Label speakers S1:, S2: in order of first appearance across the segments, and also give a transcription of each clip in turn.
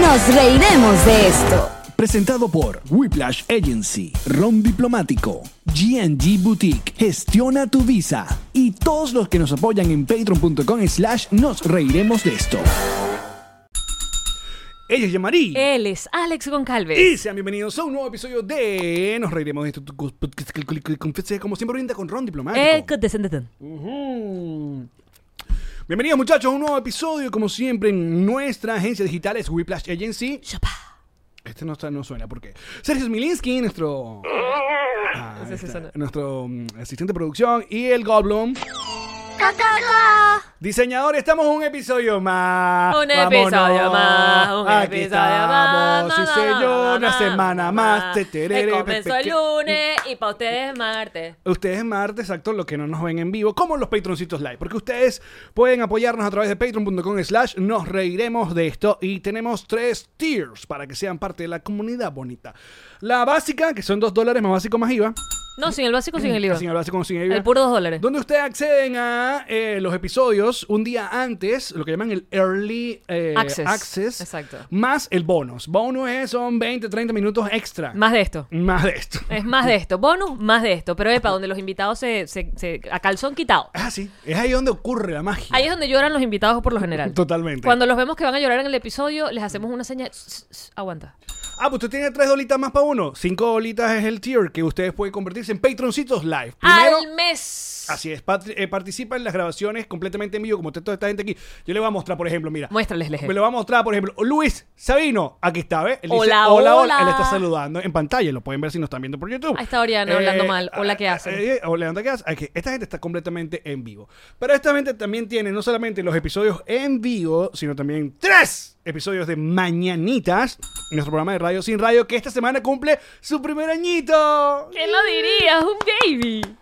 S1: Nos reiremos de esto.
S2: Presentado por Whiplash Agency, Ron Diplomático, GNG Boutique, Gestiona tu Visa y todos los que nos apoyan en patreon.com slash nos reiremos de esto. Ella es Yamari.
S3: Él es Alex Goncalves. Eh,
S2: Y sean bienvenidos a un nuevo episodio de Nos reiremos de esto. tu- tu- tu- tu- tu- tu- Confesé como siempre brinda con Ron
S3: Eh,
S2: Diplomático.
S3: condescendente.
S2: Ujú. Mm. Bienvenidos muchachos a un nuevo episodio como siempre en nuestra agencia digital es Whiplash Agency.
S3: Chapa.
S2: Este no, está- no suena, ¿por qué? Sergio Smilinski, nuestro. Ah,
S3: Ese sí
S2: está,
S3: suena.
S2: Nuestro mm, asistente de producción y el Goblum. Diseñador, estamos en un episodio más.
S3: Un episodio más, un
S2: Ah, Aquí
S3: episodio más.
S2: estamos,
S3: ma,
S2: Sí,
S3: ma, ma,
S2: señor,
S3: ma,
S2: una
S3: ma,
S2: semana
S3: ma,
S2: más.
S3: ma.
S2: Teterere,
S3: Eh, comenzó
S2: pepe,
S3: el
S2: que-
S3: lunes y para ustedes es martes.
S2: Ustedes martes, exacto, lo que no nos ven en vivo, como los Patroncitos Live, porque ustedes pueden apoyarnos a través de patreon.com slash nos reiremos de esto y tenemos tres tiers para que sean parte de la comunidad bonita. La básica, que son dos dólares más básico más IVA.
S3: No, sin el básico, sin el IVA.
S2: Sin el básico, sin el IVA.
S3: El puro dos dólares.
S2: Donde ustedes acceden a eh, los episodios un día antes, lo que llaman el early eh, access,
S3: Access. Exacto.
S2: más el bonus. Bonus es, son 20, 30 minutos extra.
S3: Más de esto.
S2: más de esto.
S3: Es más de esto. Bonus, más de esto. Pero epa, donde los invitados se, se, se- a calzón quitado.
S2: Es así. Es ahí donde ocurre la magia.
S3: Ahí es donde lloran los invitados por lo general.
S2: Totalmente.
S3: Cuando los vemos que van a llorar en el episodio, les hacemos una señal. Ss, ss, Aguanta.
S2: Ah, pues usted tiene tres dolitas más para uno. Cinco dolitas es el tier que ustedes pueden convertirse en patroncitos live. Primero,
S3: Al mes.
S2: así es, pat- eh, participa en las grabaciones completamente en vivo, como está toda esta gente aquí. Yo le voy a mostrar, por ejemplo, mira.
S3: Muéstrales, Leje.
S2: Me lo va a mostrar, por ejemplo, Luis Sabino. Aquí está, ¿ves? Él dice,
S3: Hola, hola.
S2: Él está saludando en pantalla. Lo pueden ver si nos están viendo por YouTube.
S3: Ahí está Oriana hablando mal. Hola, ¿qué hacen?
S2: eh, hola, ¿qué hacen? Aquí, Esta gente está completamente en vivo. Pero esta gente también tiene no solamente los episodios en vivo, sino también tres episodios de Mañanitas, nuestro programa de Radio Sin Radio, que esta semana cumple su primer añito.
S3: ¿Quién lo diría? Es un baby.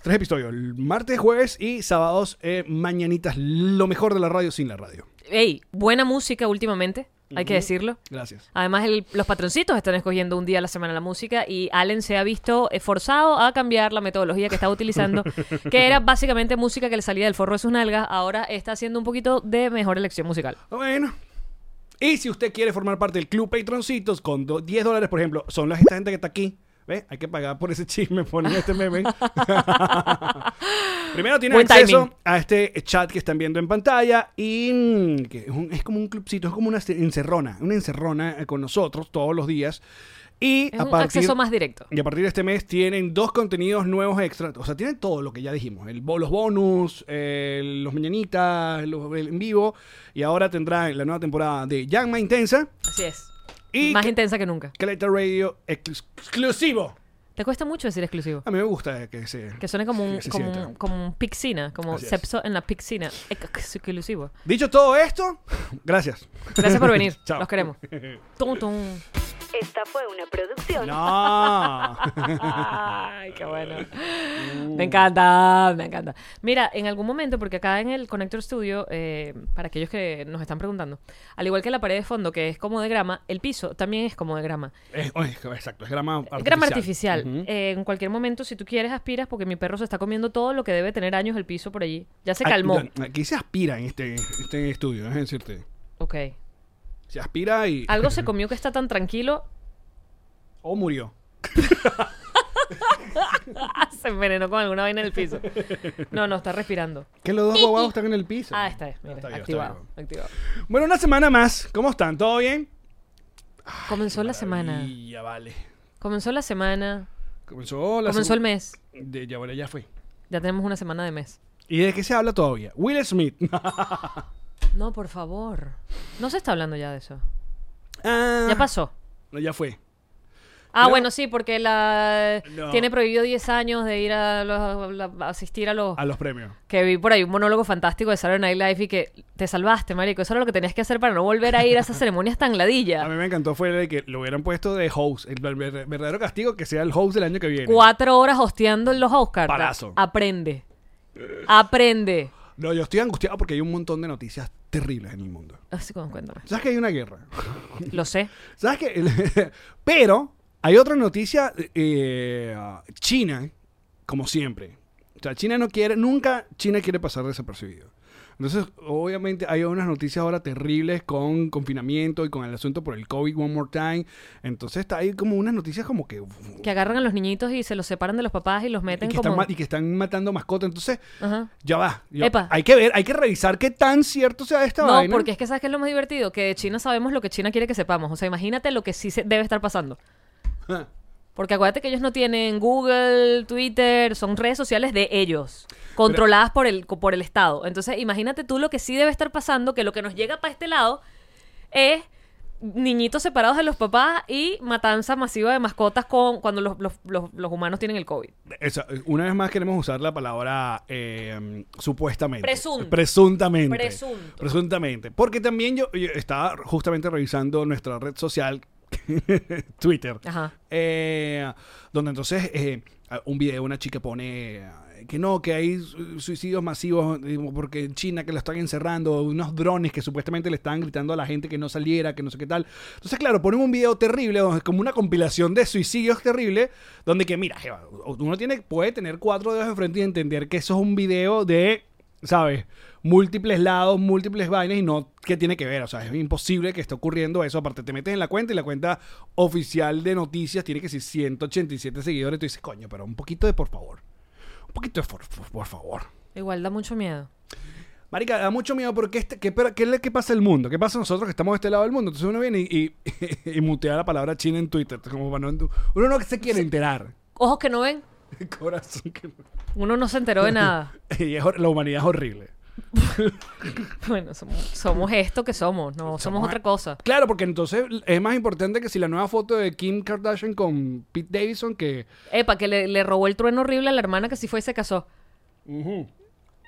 S2: Tres episodios, el martes, jueves y sábados, eh, Mañanitas. Lo mejor de la radio sin la radio.
S3: Ey, buena música últimamente, hay que decirlo.
S2: Gracias.
S3: Además, el- los patroncitos están escogiendo un día a la semana la música y Allen se ha visto eh, forzado a cambiar la metodología que estaba utilizando, que era básicamente música que le salía del forro de sus nalgas. Ahora está haciendo un poquito de mejor elección musical.
S2: Bueno. Y si usted quiere formar parte del Club Patroncitos con do- 10 dólares, por ejemplo, son las esta gente que está aquí. ¿Ve? Hay que pagar por ese chisme, ponen este meme. Primero tiene
S3: Buen
S2: acceso
S3: timing.
S2: a este chat que están viendo en pantalla y mm, que es, un- es como un clubcito, es como una encerrona, una encerrona eh, con nosotros todos los días. Y
S3: Es
S2: a
S3: un
S2: partir-
S3: acceso más directo.
S2: y a partir de este mes tienen dos contenidos nuevos extra. O sea, tienen todo lo que ya dijimos. El, bo- los bonus, eh, los mañanitas, los el en vivo. Y ahora tendrán la nueva temporada de Llama Intensa
S3: Así es.
S2: y
S3: Más intensa que nunca.
S2: Caleta Radio exclus- exclusivo.
S3: ¿Te cuesta mucho decir exclusivo?
S2: A mí me gusta que se...
S3: Que suene como un,
S2: que se
S3: como
S2: sienta.
S3: un- como un pixina, como
S2: Así es.
S3: sepso en la pixina. Exclusivo.
S2: Dicho todo esto, gracias.
S3: Gracias por venir.
S2: Chao.
S3: Los queremos. Tum, tum.
S1: Esta fue una producción.
S2: No.
S3: Ay, qué bueno.
S2: Mm.
S3: Me encanta, me encanta. Mira, en algún momento, porque acá en el Connector Studio, eh, para aquellos que nos están preguntando, al igual que la pared de fondo, que es como de grama, el piso también es como de grama.
S2: Es- oye, exacto, es grama artificial.
S3: Grama artificial.
S2: Ujú.
S3: Eh, en cualquier momento, si tú quieres, aspiras, porque mi perro se está comiendo todo lo que debe tener años el piso por allí. Ya se
S2: Aquí-
S3: calmó.
S2: Aquí se aspira en este, este estudio, es decirte.
S3: Ok.
S2: Se aspira y...
S3: Algo se comió que está tan tranquilo.
S2: O murió.
S3: Ah, se envenenó con alguna vaina en el piso. No, no, está respirando.
S2: Que los dos guaguados están en el piso.
S3: Ah, está, mira,
S2: Está bien, está
S3: activado,
S2: bien.
S3: activado.
S2: Bueno, una semana más. ¿Cómo están? ¿Todo bien?
S3: Comenzó la semana.
S2: Ya vale.
S3: Comenzó la semana,
S2: Comenzó la
S3: comenzó el mes.
S2: mes. De, ya vale, ya fue.
S3: Ya tenemos una semana de mes.
S2: ¿Y de qué se habla todavía? Will Smith.
S3: No, por favor. No se está hablando ya de eso.
S2: Ah.
S3: Ya pasó.
S2: No, ya fue.
S3: Ah,
S2: No.
S3: bueno, sí, porque la
S2: No.
S3: tiene prohibido 10 años de ir a, los- la- a asistir a los...
S2: A los premios.
S3: Que vi por ahí un monólogo fantástico de Saturday Night Live y que te salvaste, marico. Eso era lo que tenías que hacer para no volver a ir a esas ceremonias tan
S2: A mí
S3: ladillas.
S2: me encantó fue el de que lo hubieran puesto de host. El ver- ver- verdadero castigo que sea el host del año que viene.
S3: Cuatro horas hosteando en los Oscars.
S2: Palazo.
S3: Aprende. Aprende.
S2: No, yo estoy angustiado porque hay un montón de noticias terribles en el mundo.
S3: Así como cuéntame.
S2: ¿Sabes que hay una guerra?
S3: Lo sé.
S2: ¿Sabes qué? Pero hay otra noticia. eh, China, como siempre. O sea, China no quiere, nunca China quiere pasar desapercibido. Entonces, obviamente, hay unas noticias ahora terribles con confinamiento y con el asunto por el COVID One More Time. Entonces, está ahí como unas noticias como que. uf,
S3: Que agarran a los niñitos y se los separan de los papás y los
S2: y, que
S3: meten
S2: están,
S3: como...
S2: ma- y que están matando mascotas. Entonces,
S3: Ajá.
S2: ya va. Ya-
S3: Epa.
S2: Hay que ver, hay que revisar qué tan cierto sea esta
S3: No,
S2: vaina.
S3: porque es que sabes que es lo más divertido, que de China sabemos lo que China quiere que sepamos. O sea, imagínate lo que sí se debe estar pasando.
S2: Ah.
S3: Porque acuérdate que ellos no tienen Google, Twitter, son redes sociales de ellos, controladas por el, por el Estado. Entonces, imagínate tú lo que sí debe estar pasando, que lo que nos llega para este lado es niñitos separados de los papás y matanza masiva de mascotas con cuando los, los- los- los humanos tienen el COVID.
S2: Esa- una vez más queremos usar la palabra eh, supuestamente.
S3: Presunto.
S2: Presuntamente.
S3: Presunto.
S2: Presuntamente. Porque también yo, yo estaba justamente revisando nuestra red social, Twitter.
S3: Ajá.
S2: Eh, donde entonces eh, un video una chica pone eh, que no, que hay su- suicidios masivos eh, porque en China que la están encerrando, unos drones que supuestamente le están gritando a la gente que no saliera, que no sé qué tal. Entonces, claro, ponen un video terrible, donde es como una compilación de suicidios terrible, donde que mira, jeva, uno tiene, puede tener cuatro dedos enfrente y entender que eso es un video de, ¿sabes? múltiples lados, múltiples vainas y no qué tiene que ver. O sea, es imposible que esté ocurriendo eso. Aparte, te metes en la cuenta y la cuenta oficial de noticias tiene que ser 187 seguidores. Tú dices, coño, pero un poquito de por favor. Un poquito de por, por- por favor.
S3: Igual da mucho miedo.
S2: Marica, da mucho miedo porque este, ¿qué, pero- qué es lo que pasa el mundo? ¿Qué pasa nosotros que estamos de este lado del mundo? Entonces uno viene y, y, y mutea la palabra china en Twitter. Como para no- uno no se quiere enterar.
S3: Ojos que no ven,
S2: Corazón que no-
S3: uno no se enteró de nada.
S2: Y es hor- la humanidad es horrible.
S3: Bueno, somos, somos esto que somos, no somos otra cosa.
S2: Claro, porque entonces es más importante que si la nueva foto de Kim Kardashian con Pete Davidson que...
S3: Epa, que le, le robó el trueno horrible a la hermana que sí fue y se casó.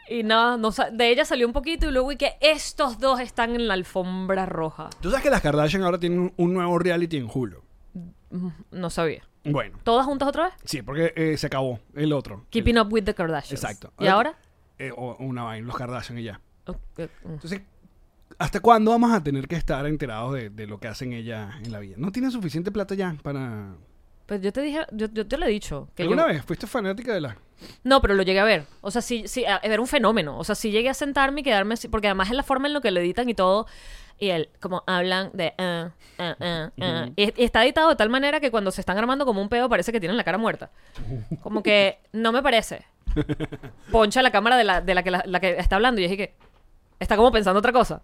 S3: Y nada, no, sa- de ella salió un poquito y luego y que estos dos están en la alfombra roja.
S2: Tú sabes que las Kardashian ahora tienen un- un nuevo reality en julio.
S3: No sabía.
S2: Bueno,
S3: ¿Todas juntas otra vez?
S2: sí, porque eh, se acabó el otro.
S3: Keeping up with the Kardashians.
S2: Exacto.
S3: ¿Y ahora?
S2: Eh, o una vaina, los Kardashian y ya.
S3: Ok, mm.
S2: Entonces, ¿hasta cuándo vamos a tener que estar enterados de, de lo que hacen ellas en la vida? ¿No tienen suficiente plata ya para...?
S3: Pues yo te dije, yo, yo te lo he dicho. Que
S2: ¿Alguna
S3: yo-
S2: vez fuiste fanática de la...?
S3: No, pero lo llegué a ver. O sea, sí, sí, a- era un fenómeno. O sea, sí llegué a sentarme y quedarme así, porque además es la forma en lo que lo editan y todo. Y él, como hablan de... ah, ah, ah, ah. Y, y está editado de tal manera que cuando se están armando como un pedo parece que tienen la cara muerta. Como que no me parece. Poncha la cámara de la, de la que, la, la que está hablando y dije que... Está como pensando otra cosa.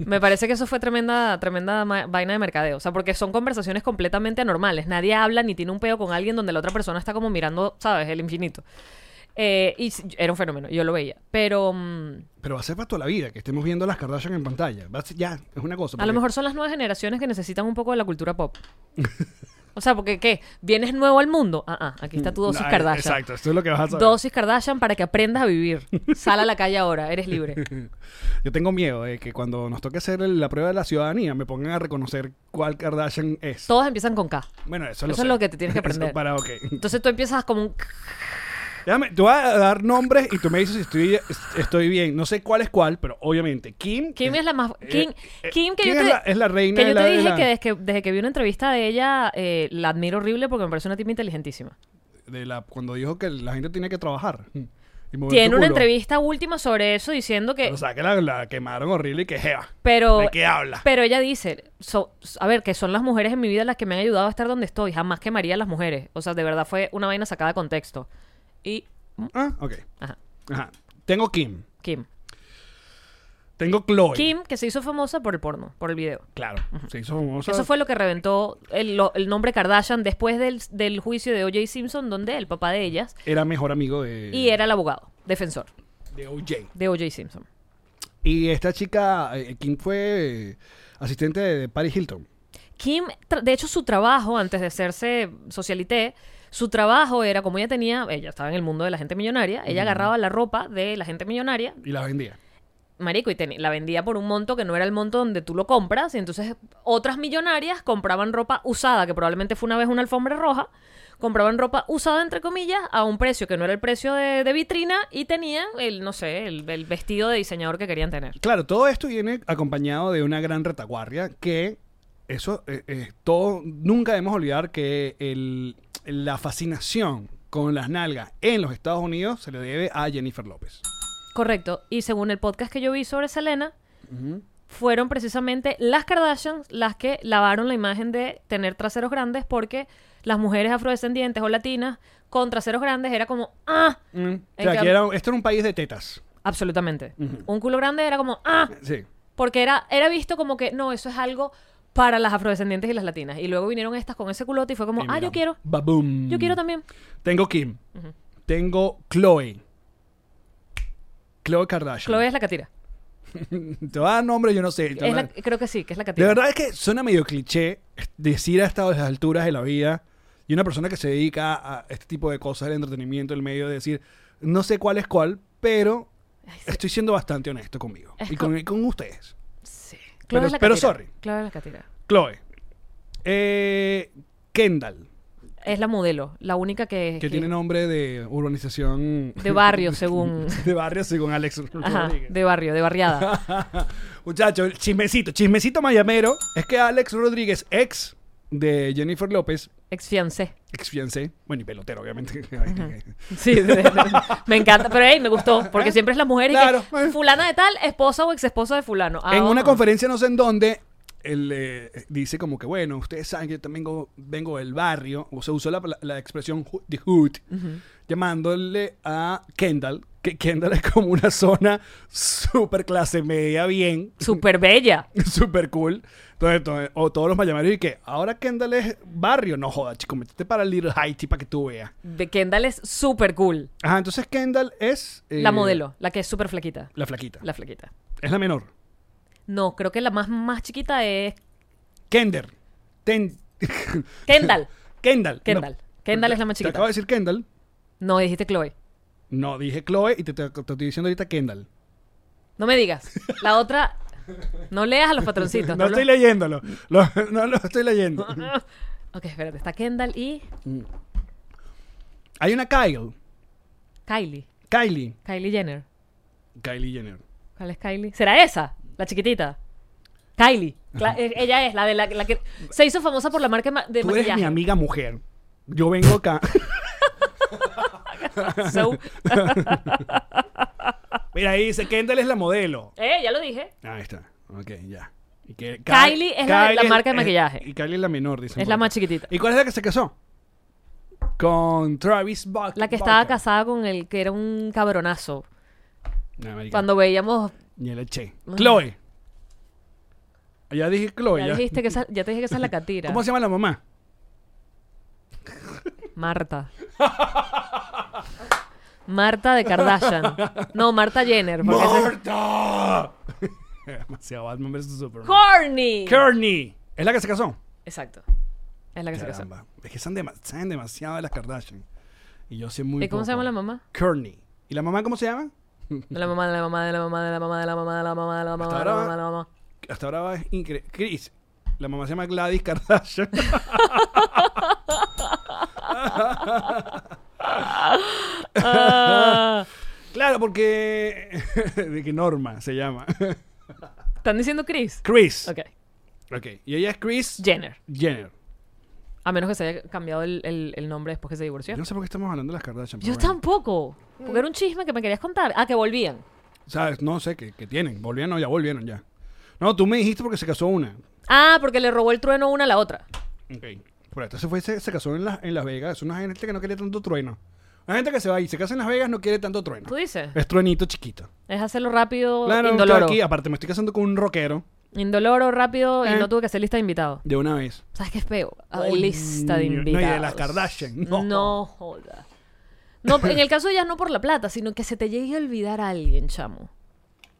S3: Me parece que eso fue tremenda, tremenda ma- vaina de mercadeo. O sea, porque son conversaciones completamente anormales. Nadie habla ni tiene un pedo con alguien donde la otra persona está como mirando, ¿sabes? El infinito. Eh, y sí, era un fenómeno, yo lo veía. Pero mm,
S2: Pero va a ser para toda la vida que estemos viendo a las Kardashian en pantalla. Va a ser- ya, es una cosa.
S3: a lo
S2: porque-
S3: mejor son las nuevas generaciones que necesitan un poco de la cultura pop. O sea, porque ¿qué? ¿Vienes nuevo al mundo? Ah, ah, aquí está tu dosis
S2: Ay,
S3: Kardashian.
S2: Mm, Exacto, esto es lo que vas a saber.
S3: Dosis Kardashian para que aprendas a vivir. Sal a la calle ahora, eres libre.
S2: Yo tengo miedo de que cuando nos toque hacer el- la prueba de la ciudadanía me pongan a reconocer cuál Kardashian es.
S3: Todos empiezan con K.
S2: bueno, eso, lo
S3: eso es
S2: sé.
S3: lo que te tienes que
S2: Eso
S3: aprender.
S2: para, ok.
S3: Entonces tú empiezas como un...
S2: Déjame, te voy a dar nombres y tú me dices si estoy, es- estoy bien. No sé cuál es cuál, pero obviamente Kim.
S3: Kim es la más... Kim,
S2: eh,
S3: Kim que
S2: Kim
S3: yo
S2: es
S3: te-
S2: la- es la reina
S3: Que yo
S2: de
S3: te
S2: la- de
S3: dije
S2: la-
S3: que desde, que desde que vi una entrevista de ella eh, la admiro horrible porque me parece una tipa inteligentísima.
S2: de la, cuando dijo que la gente tiene que trabajar. y mover
S3: Tiene
S2: su culo.
S3: una entrevista última sobre eso diciendo que...
S2: O sea, que la, la quemaron horrible y que jeva.
S3: Pero,
S2: ¿De qué habla?
S3: Pero ella dice, so- a ver, que son las mujeres en mi vida las que me han ayudado a estar donde estoy. Jamás quemaría a las mujeres. O sea, de verdad fue una vaina sacada de contexto. Y, mm,
S2: Ah, ok.
S3: ajá,
S2: Ajá. Tengo Kim.
S3: Kim.
S2: Tengo Chloe.
S3: Kim, que se hizo famosa por el porno, por el video.
S2: Claro. Se hizo famosa.
S3: Eso fue lo que reventó el, lo- el nombre Kardashian después del, del juicio de O.J. Simpson, donde el papá de ellas
S2: Era mejor amigo de,
S3: y era el abogado, defensor
S2: de OJ.
S3: de O.J. Simpson.
S2: Y esta chica, eh, Kim fue eh, asistente de, de Paris Hilton.
S3: Kim, tra- de hecho, su trabajo antes de hacerse socialité, su trabajo era como ella tenía, ella estaba en el mundo de la gente millonaria, ella agarraba la ropa de la gente millonaria,
S2: Y la vendía.
S3: marico, y teni- la vendía por un monto que no era el monto donde tú lo compras, y entonces otras millonarias compraban ropa usada, que probablemente fue una vez una alfombra roja, compraban ropa usada, entre comillas, a un precio que no era el precio de, de vitrina, y tenían el, no sé, el- el vestido de diseñador que querían tener.
S2: Claro, todo esto viene acompañado de una gran retaguardia que eso eh, eh, todo nunca debemos olvidar que el- la fascinación con las nalgas en los Estados Unidos se le debe a Jennifer López.
S3: Correcto. Y según el podcast que yo vi sobre Selena, fueron precisamente las Kardashians las que lavaron la imagen de tener traseros grandes porque las mujeres afrodescendientes o latinas con traseros grandes era como, ah,
S2: Mm. O
S3: En
S2: sea, aquí
S3: cambio-
S2: era, esto era un país de tetas.
S3: absolutamente. Un culo grande era como, ah,
S2: Sí.
S3: porque era, era visto como que, no, eso es algo para las afrodescendientes y las latinas. Y luego vinieron estas con ese culote y fue como,
S2: Y
S3: ah,
S2: mira, Mm.
S3: yo quiero,
S2: Baboom.
S3: yo quiero también.
S2: Tengo Kim. Tengo Chloe. Chloe Kardashian.
S3: Chloe es la catira.
S2: Te va a dar nombre, yo no sé. Te
S3: Es
S2: va a
S3: la-
S2: dar-
S3: creo que sí, que es la catira.
S2: De verdad es que suena medio cliché decir hasta las alturas de la vida y una persona que se dedica a este tipo de cosas, el entretenimiento, el medio, de decir, no sé cuál es cuál, pero estoy siendo bastante honesto conmigo
S3: Es
S2: y con, y con ustedes.
S3: Sí. Chloe
S2: Pero-
S3: es la
S2: pero
S3: catira.
S2: sorry.
S3: Chloe es la catira.
S2: Chloe. Eh, Kendall,
S3: Es la modelo, la única que...
S2: que
S3: que-
S2: tiene nombre de urbanización.
S3: De barrio, según...
S2: de barrio, según Alex
S3: Ajá,
S2: Rodríguez.
S3: de barrio, de barriada.
S2: Muchachos, chismecito, chismecito mayamero. Es que Alex Rodríguez, ex de Jennifer López,
S3: Ex fiancé.
S2: ex fiancé, bueno, y pelotero, obviamente.
S3: Sí, de- de- me encanta. Pero hey, me gustó, porque siempre es la mujer y
S2: Claro.
S3: que fulana de tal, esposa o ex esposa de fulano. Ah,
S2: en una
S3: vamos.
S2: conferencia, no sé en dónde, él eh, dice como que, bueno, ustedes saben que yo también vengo, vengo del barrio, o se usó la, la- la expresión ho- the hood, llamándole a Kendall, que Kendall es como una zona super clase media, bien,
S3: Súper bella.
S2: Super cool. Entonces, to- o todos los mayameros y que ahora Kendall es barrio. No joda, chico, métete para Little Haiti para que tú veas.
S3: De Kendall es súper cool.
S2: Ajá, entonces Kendall es. eh,
S3: La modelo, la que es súper flaquita.
S2: La flaquita.
S3: La flaquita.
S2: Es la menor.
S3: No, creo que la más, más chiquita es
S2: Kender. Ten-
S3: Kendall.
S2: Kendall.
S3: Kendall. Kendall es la más
S2: Te
S3: chiquita.
S2: acabo de decir Kendall.
S3: No, dijiste Chloe.
S2: No, dije Chloe y te, te- te estoy diciendo ahorita Kendall.
S3: No me digas. La otra. No leas a los patroncitos.
S2: No,
S3: no
S2: estoy
S3: lo-
S2: leyéndolo. Lo- no lo estoy leyendo.
S3: Ok, espérate. Está Kendall y
S2: Hay una Kyle.
S3: Kylie.
S2: Kylie.
S3: Kylie Jenner.
S2: Kylie Jenner.
S3: ¿Cuál es Kylie? ¿Será esa? La chiquitita. Kylie. Cla- eh, ella es la de la, la que se hizo famosa por la marca ma- de
S2: Tú
S3: maquillaje.
S2: eres mi amiga mujer. Yo vengo acá.
S3: So-
S2: Mira, ahí dice Kendall es la modelo.
S3: eh, ya lo dije.
S2: Ah, Ahí está. Ok, ya. Y que-
S3: Kylie es la- la marca de
S2: es-
S3: maquillaje.
S2: y Kylie es la menor, dice.
S3: Es la más chiquitita.
S2: ¿Y cuál es la que se casó? Con Travis Buck.
S3: La que estaba
S2: Barker.
S3: casada con el que era un cabronazo.
S2: No, marica,
S3: Cuando veíamos.
S2: Ni el eché. Chloe. Ya dije Chloe.
S3: Ya,
S2: ya.
S3: dijiste que esa- ya te dije que esa es la catira.
S2: ¿Cómo se llama la mamá?
S3: Marta. Marta de Kardashian. No, Marta Jenner. porque esa es-
S2: ¡Marta! Demasiado Batman vs Superman.
S3: ¡Corny!
S2: Kearney. ¿Es la que se casó?
S3: Exacto. Es la que se casó.
S2: Caramba. Es que saben, dema- saben demasiado de las Kardashian. Y yo sé muy
S3: ¿Y cómo se
S2: poco.
S3: llama la mamá?
S2: Kearney. ¿Y la mamá cómo se llama?
S3: La mamá de la mamá de la mamá de la mamá de la mamá de la mamá de la mamá de la mamá de la
S2: ahora-
S3: mamá de la mamá.
S2: Hasta ahora va increíble. Chris, la mamá se llama Gladys Kardashian.
S3: Ah.
S2: claro, porque. de que Norma se llama.
S3: ¿Están diciendo Chris?
S2: Chris.
S3: Ok.
S2: Ok. Y ella es Chris
S3: Jenner.
S2: Jenner.
S3: A menos que se haya cambiado el, el- el nombre después que se divorció.
S2: Yo no sé por qué estamos hablando de las Kardashian.
S3: Yo
S2: pero bueno.
S3: tampoco. Porque era un chisme que me querías contar. Ah, que volvían.
S2: ¿Sabes? No sé qué qué tienen. Volvieron, ya volvieron ya. No, tú me dijiste porque se casó una.
S3: Ah, porque le robó el trueno una a la otra.
S2: Ok. Pero esta se fue, se, se casó en, la- en Las Vegas. Es una gente que no quiere tanto trueno. Una gente que se va y se casa en Las Vegas no quiere tanto trueno.
S3: ¿Tú dices?
S2: Es truenito chiquito.
S3: Es hacerlo rápido,
S2: Claro, estoy
S3: indoloro.
S2: aquí. Aparte, me estoy casando con un rockero
S3: Indoloro, rápido
S2: Eh.
S3: y no tuve que hacer lista de invitados.
S2: de una vez.
S3: ¿Sabes qué es feo? Ah,
S2: Coño,
S3: lista de
S2: no, y de
S3: invitados.
S2: las Kardashian, no.
S3: No joda. No, en el caso de ellas no por la plata, sino que se te llegue a olvidar a alguien, chamo.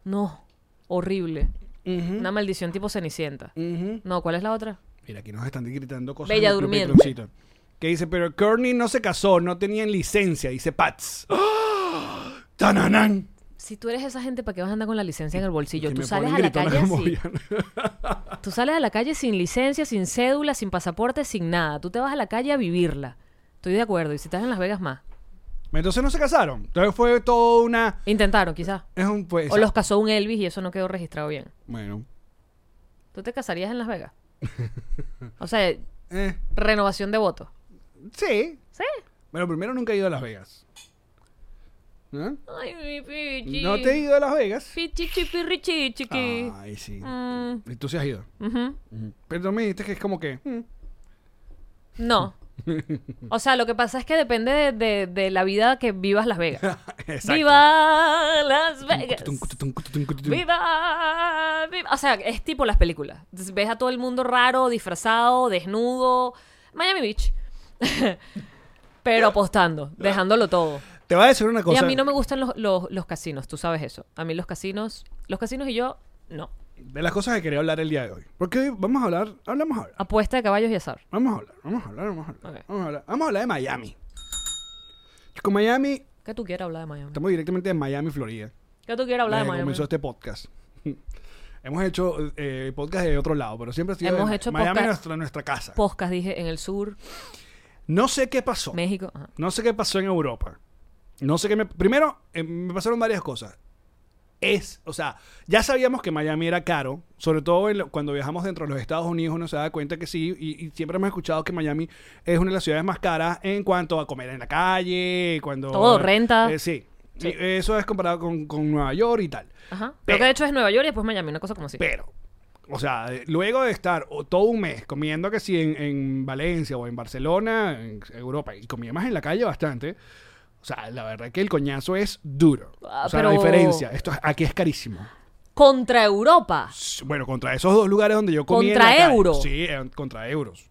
S3: No. Horrible.
S2: Ujú.
S3: Una maldición tipo Cenicienta.
S2: Ujú.
S3: No, ¿cuál es la otra?
S2: Mira, aquí nos están gritando cosas.
S3: Bella
S2: en el club
S3: durmiente.
S2: Patroncito. Que dice, pero Kearney no se casó, no tenían licencia, dice Pats. ¡Ah! ¡Tananán!
S3: Si tú eres esa gente, ¿para qué vas a andar con la licencia en el bolsillo?
S2: Que
S3: Tú
S2: me
S3: sales
S2: ponen
S3: a la
S2: gritona
S3: calle
S2: como
S3: así.
S2: Viana.
S3: Tú sales a la calle sin licencia, sin cédula, sin pasaporte, sin nada. Tú te vas a la calle a vivirla. Estoy de acuerdo. Y si estás en Las Vegas, más.
S2: Entonces no se casaron. Entonces fue todo una...
S3: Intentaron, quizás.
S2: Es un pues...
S3: O los casó un Elvis y eso no quedó registrado bien.
S2: Bueno.
S3: ¿Tú te casarías en Las Vegas? O sea,
S2: Eh,
S3: renovación de voto.
S2: sí.
S3: Sí.
S2: Bueno, primero nunca he ido a Las Vegas. ¿Ah?
S3: Ay, mi pichi.
S2: ¿No te he ido a Las Vegas?
S3: Pichi, chipirri, chi, chiqui.
S2: Ay, sí.
S3: Mm,
S2: ¿Y tú sí has ido?
S3: ujú.
S2: Pero me dijiste que es como que... mm,
S3: No. O sea, lo que pasa es que depende de, de- de la vida que vivas Las Vegas.
S2: Exacto.
S3: ¡Viva Las Vegas!
S2: Tum, tum, tum, tum, tum, tum.
S3: ¡Viva! ¡Viva! O sea, es tipo las películas. Entonces, Ves a todo el mundo raro, disfrazado, desnudo. Miami Beach. Pero apostando, dejándolo todo.
S2: Te voy a decir una
S3: Y
S2: cosa.
S3: a mí no me gustan los, los- los casinos, tú sabes eso. A mí los casinos, los casinos y yo, no.
S2: De las cosas que quería hablar el día de hoy. Porque hoy vamos a hablar... Hablamos a hablar.
S3: Apuesta de caballos y azar.
S2: Vamos a hablar, vamos a hablar, vamos a hablar.
S3: Ok.
S2: Vamos, a hablar. Vamos a hablar de Miami. Con Miami,
S3: ¿Qué tú quieras hablar de Miami?
S2: estamos directamente de Miami, Florida.
S3: ¿Qué tú quieras hablar de
S2: desde que
S3: Miami?
S2: comenzó este podcast. Hemos hecho eh, podcast de otro lado, pero siempre ha sido
S3: Hemos
S2: de
S3: hecho
S2: Miami
S3: podcast-
S2: nuestra, nuestra casa.
S3: Podcast, dije, en el sur,
S2: no sé qué pasó.
S3: México. ajá.
S2: No sé qué pasó en Europa. No sé qué me... Primero, eh, me pasaron varias cosas. Es, o sea, ya sabíamos que Miami era caro, sobre todo en lo- cuando viajamos dentro de los Estados Unidos uno se da cuenta que sí, y, y siempre hemos escuchado que Miami es una de las ciudades más caras en cuanto a comer en la calle, cuando...
S3: Todo, renta.
S2: Eh, sí.
S3: Sí.
S2: Y eso es comparado con, con Nueva York y tal.
S3: Ajá.
S2: Pero-
S3: Lo que de hecho es Nueva York y después Miami, una cosa como así.
S2: Pero, o sea, de- luego de estar o- todo un mes comiendo que si en, en Valencia o en Barcelona, en Europa, y comía más en la calle bastante, o sea, la verdad que el coñazo es duro.
S3: Ah,
S2: o sea, la
S3: pero-
S2: diferencia, esto es- aquí es carísimo.
S3: Contra Europa.
S2: S- Bueno, contra esos dos lugares donde yo comía. en
S3: Contra Pues
S2: la calle.
S3: euro.
S2: Sí, eh, contra euros.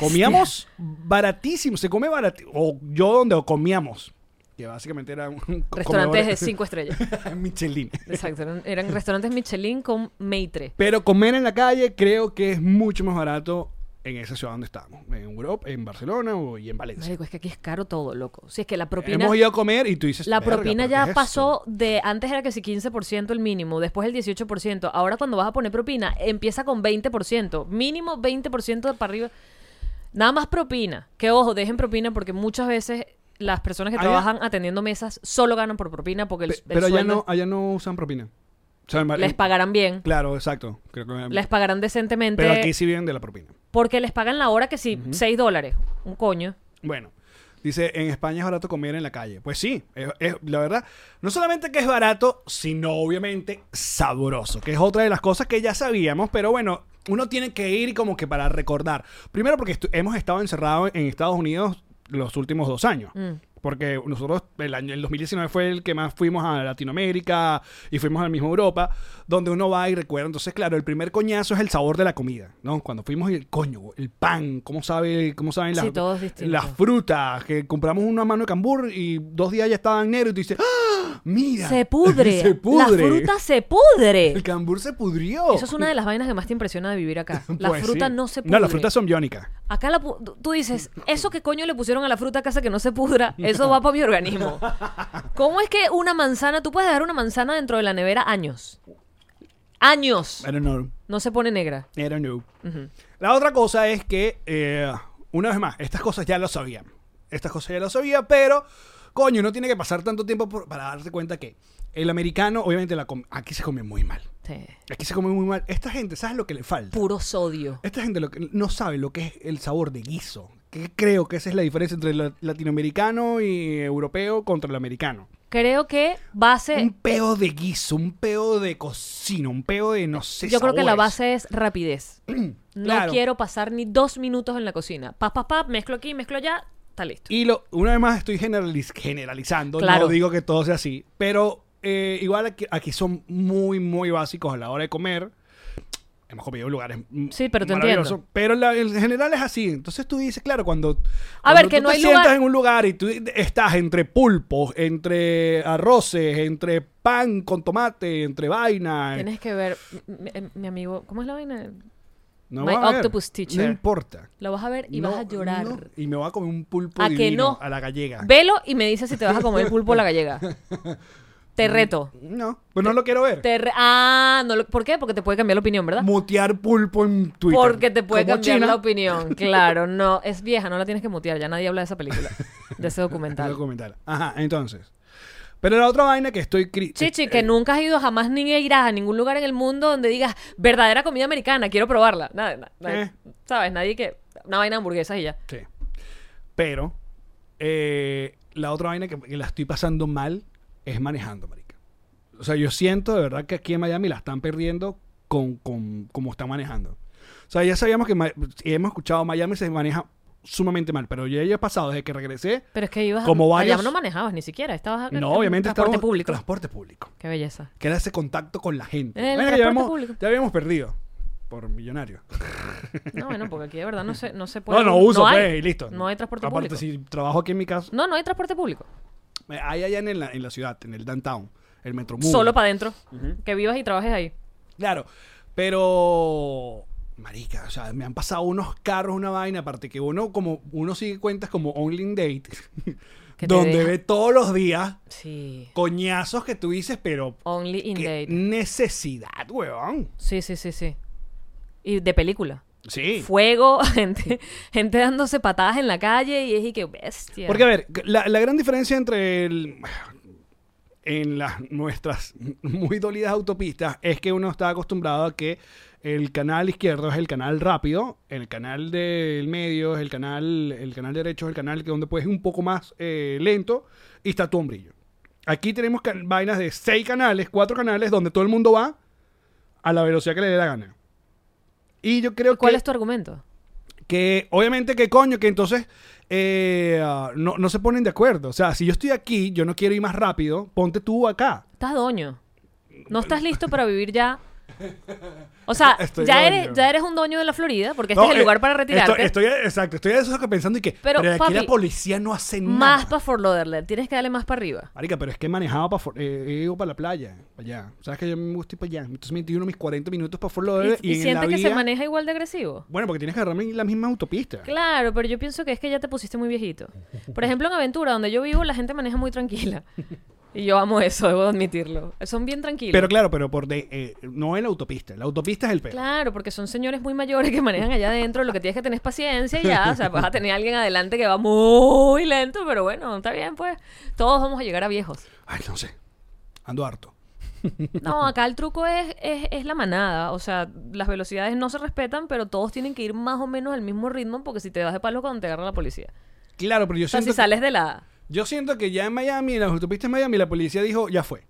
S2: Comíamos baratísimo, se come baratísimo. O yo donde comíamos, que básicamente era un comedor-
S3: Restaurantes de cinco estrellas.
S2: Michelin.
S3: Exacto, eran, eran restaurantes Michelin con Maitre.
S2: Pero comer en la calle creo que es mucho más barato en esa ciudad donde estamos. En Europa, en Barcelona o, y en Valencia.
S3: Marico, es que aquí es caro todo, loco. Si es que la propina...
S2: Hemos ido a comer y tú dices...
S3: La
S2: "Verga,
S3: propina
S2: ¿pero
S3: ya
S2: qué es
S3: pasó de antes era que si 15% el mínimo, después el 18%. Ahora cuando vas a poner propina, empieza con 20%, mínimo 20% para arriba. Nada más propina. Que ojo, dejen propina porque muchas veces las personas que
S2: Allá-
S3: trabajan atendiendo mesas solo ganan por propina porque el,
S2: esto?". Pe-
S3: el
S2: Pero allá
S3: sueldo
S2: no, allá no usan propina. O sea, en Val-
S3: les
S2: en-
S3: pagarán bien,
S2: Claro, exacto. Creo que-
S3: les pagarán decentemente
S2: pero aquí sí viven de la propina.
S3: porque les pagan la hora que si 6 dólares, un coño.
S2: Bueno, dice, en España es barato comer en la calle. Pues sí, es- es- la verdad, no solamente que es barato, sino obviamente sabroso, que es otra de las cosas que ya sabíamos, pero bueno, uno tiene que ir como que para recordar. Primero porque estu- hemos estado encerrados en Estados Unidos los últimos dos años.
S3: Mm.
S2: Porque nosotros, el año el 2019 fue el que más fuimos a Latinoamérica y fuimos a la misma Europa, donde uno va y recuerda. Entonces, claro, el primer coñazo es el sabor de la comida, ¿no? Cuando fuimos y el coño, el pan, ¿cómo, sabe, cómo saben las,
S3: Sí, todo es distinto.
S2: las frutas? Que compramos una mano de cambur y dos días ya estaban negros y tú dices, ¡Ah! ¡Mira!
S3: Se pudre.
S2: se pudre.
S3: La fruta se pudre.
S2: El cambur se pudrió.
S3: Eso es una de las vainas que más te impresiona de vivir acá. La
S2: Pues
S3: fruta
S2: sí.
S3: no se pudre.
S2: No, las frutas son biónicas.
S3: Acá la pu- tú- tú dices, eso que coño le pusieron a la fruta casa que no se pudra, eso va para mi organismo. ¿Cómo es que una manzana, tú puedes dejar una manzana dentro de la nevera años? Años.
S2: I don't know.
S3: No se pone negra.
S2: I don't know. La otra cosa es que, eh, una vez más, estas cosas ya lo sabían. Estas cosas ya lo sabía, pero, coño, uno tiene que pasar tanto tiempo por- para darse cuenta que el americano, obviamente, la com- aquí se come muy mal.
S3: Sí.
S2: Aquí se come muy mal. Esta gente, ¿sabes lo que le falta?
S3: Puro sodio.
S2: Esta gente lo que- no sabe lo que es el sabor de guiso. Que creo que esa es la diferencia entre el latinoamericano y europeo contra el americano.
S3: Creo que base...
S2: Un peo de guiso, un peo de cocina, un peo de no sé
S3: Yo creo que la
S2: sabores.
S3: base es rapidez. No
S2: Claro.
S3: quiero pasar ni dos minutos en la cocina. Pap, pap, pap, mezclo aquí, mezclo allá, está listo.
S2: Y lo, una vez más estoy generaliz- generalizando,
S3: Claro.
S2: no digo que todo sea así, pero eh, igual aquí, aquí son muy, muy básicos a la hora de comer. Hemos comido en lugares mm,
S3: Sí, pero te
S2: maravillosos,
S3: entiendo.
S2: Pero la- en general es así. Entonces tú dices, claro, cuando,
S3: A
S2: cuando
S3: ver, que
S2: tú
S3: no
S2: te
S3: hay
S2: sientas
S3: lugar-
S2: en un lugar y tú estás entre pulpos, entre arroces, entre pan con tomate, entre vaina.
S3: Tienes que ver, mi, mi- mi amigo, ¿cómo es la vaina?
S2: No va
S3: My
S2: a haber.
S3: octopus teacher.
S2: No importa.
S3: Lo vas a ver y vas
S2: No,
S3: a llorar.
S2: no. y me voy a comer un pulpo
S3: ¿A que
S2: divino
S3: no?
S2: a la gallega.
S3: Velo y me dices si te vas a comer el pulpo a la gallega. Te reto.
S2: no, pues no lo quiero ver.
S3: Te re- ah, no lo- ¿por qué? Porque te puede cambiar la opinión, ¿verdad?
S2: mutear pulpo en Twitter.
S3: Porque te puede
S2: Como
S3: cambiar
S2: China.
S3: la opinión. Claro, no. Es vieja, no la tienes que mutear. Ya nadie habla de esa película, de ese documental.
S2: Documental. Ajá, entonces. Pero la otra vaina que estoy... cri-
S3: Chichi, que nunca has ido jamás ni irás a ningún lugar en el mundo donde digas verdadera comida americana, quiero probarla. Nada, nada, nada.
S2: Eh.
S3: ¿Sabes? Nadie que. Una vaina de hamburguesas y ya.
S2: Sí. Pero eh, la otra vaina que, que la estoy pasando mal es manejando, marica. O sea, yo siento de verdad que aquí en Miami la están perdiendo con, con como está manejando. O sea, ya sabíamos que Ma- hemos escuchado Miami se maneja sumamente mal, pero yo ya he pasado desde que regresé.
S3: Pero es que ibas.
S2: Como varios-
S3: Allá no manejabas ni siquiera. Estabas.
S2: No, obviamente
S3: Transporte
S2: estábamos-
S3: público.
S2: Transporte público.
S3: Qué belleza.
S2: Que era ese contacto con la gente.
S3: Eh, El
S2: Bueno,
S3: transporte
S2: ya, habíamos,
S3: público.
S2: ya habíamos perdido por millonario.
S3: No, bueno, porque aquí de verdad no se, no se puede.
S2: No, no uso,
S3: hay-
S2: pues, y listo.
S3: No hay transporte
S2: Aparte,
S3: público.
S2: si trabajo aquí en mi casa,
S3: No, no hay transporte público.
S2: eh, hay allá en la, en la ciudad, en el downtown, el Metromundo.
S3: Solo para adentro. Que vivas y trabajes ahí.
S2: Claro, pero marica, o sea, me han pasado unos carros, una vaina, aparte que uno como uno sigue cuentas como Online Date,
S3: Que te
S2: donde
S3: deja.
S2: ve todos los días
S3: Sí.
S2: coñazos que tú dices, pero
S3: Only in
S2: qué
S3: date.
S2: necesidad, weón.
S3: Sí, sí, sí, sí. Y de película.
S2: Sí.
S3: Fuego, gente, gente dándose patadas en la calle y es y que bestia.
S2: Porque a ver, la, la gran diferencia entre el- en las nuestras muy dolidas autopistas es que uno está acostumbrado a que el canal izquierdo es el canal rápido, el canal del medio es el canal, el canal derecho es el canal que donde puedes ir un poco más eh, lento y está tu hombrillo. Aquí tenemos can- vainas de seis canales, cuatro canales donde todo el mundo va a la velocidad que le dé la gana. Y yo creo
S3: ¿Cuál
S2: que
S3: es tu argumento?
S2: que obviamente que coño, que entonces eh, ah, no, no se ponen de acuerdo. O sea, si yo estoy aquí, yo no quiero ir más rápido, ponte tú acá.
S3: Estás doño. No estás listo para vivir ya. O sea,
S2: Estoy
S3: ya
S2: doño.
S3: eres, ya eres un doño de la Florida, porque este
S2: No,
S3: es el
S2: eh,
S3: lugar para retirarte.
S2: Estoy, estoy- exacto, estoy de eso que pensando y que. Pero,
S3: Pero,
S2: aquí
S3: papi,
S2: la policía no hace
S3: Más
S2: nada.
S3: para Fort Lauderdale. Tienes que darle más para arriba.
S2: Marica, pero es que he manejado para para la playa, para allá. Sabes que yo me gusta ir para allá. Entonces me tiro mis 40 minutos para Fort Lauderdale
S3: Y, y
S2: en la
S3: sientes que se
S2: vía-
S3: maneja igual de agresivo.
S2: Bueno, porque tienes que agarrar mi- la misma autopista.
S3: Claro, pero yo pienso que es que ya te pusiste muy viejito. Por ejemplo, en Aventura, donde yo vivo, la gente maneja muy tranquila. Y yo amo eso, debo admitirlo. Son bien tranquilos.
S2: Pero claro, pero por de, eh, no en la autopista. La autopista es el peor.
S3: Claro, porque son señores muy mayores que manejan allá adentro. Lo que tienes que tener es paciencia y ya. O sea, vas a tener a alguien adelante que va muy lento, pero bueno, está bien, pues. Todos vamos a llegar a viejos.
S2: Ay, no sé. Ando harto.
S3: No, acá el truco es, es, es la manada. O sea, las velocidades no se respetan, pero todos tienen que ir más o menos al mismo ritmo, porque si te vas de palo cuando te agarra la policía.
S2: Claro, pero yo
S3: O sea,
S2: siento
S3: si
S2: que-
S3: sales de la.
S2: Yo siento que ya en Miami, en las autopistas de Miami, la policía dijo, ya fue.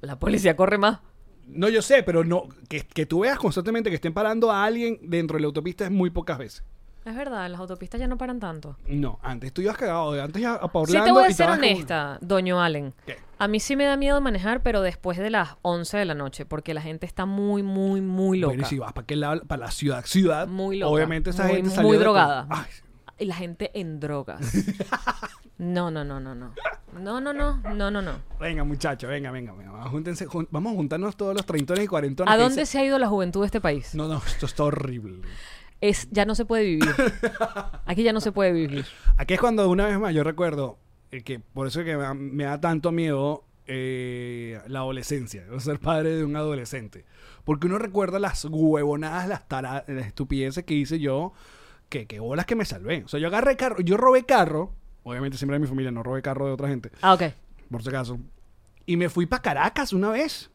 S3: La policía corre más.
S2: No, yo sé, pero no que, que tú veas constantemente que estén parando a alguien dentro de la autopista es muy pocas veces.
S3: Es verdad, las autopistas ya no paran tanto.
S2: No, antes tú ibas cagado, antes ya a pa'
S3: Sí te
S2: Orlando
S3: voy
S2: y
S3: a ser
S2: vas como-
S3: honesta, doño Allen.
S2: ¿Qué?
S3: A mí sí me da miedo manejar, pero después de las 11 de la noche, porque la gente está muy, muy, muy loca.
S2: Bueno, y si vas para aquel lado, para la ciudad, ciudad,
S3: Muy loca,
S2: obviamente esa
S3: muy-
S2: gente
S3: muy
S2: salió de-
S3: drogada.
S2: Ay,
S3: Y la gente en drogas. No, no, no, no, no. No, no, no, no, no, no.
S2: venga, muchachos, venga, venga, venga. Vamos, júntense, jun- vamos a juntarnos todos los treintones y cuarentones.
S3: ¿A
S2: que
S3: dónde
S2: dicen-
S3: se ha ido la juventud de este país?
S2: No, no, esto está horrible.
S3: Es, ya no se puede vivir. Aquí ya no se puede vivir.
S2: Aquí es cuando una vez más yo recuerdo eh, que por eso que me da, me da tanto miedo eh, la adolescencia, ¿no? ser padre de un adolescente. Porque uno recuerda las huevonadas, las, tara- las estupideces que hice yo, que, que bolas que me salvé. O sea, yo agarré carro, yo robé carro, obviamente siempre de mi familia, no robé carro de otra gente,
S3: Ah, ok.
S2: por si acaso. Y me fui para Caracas una vez,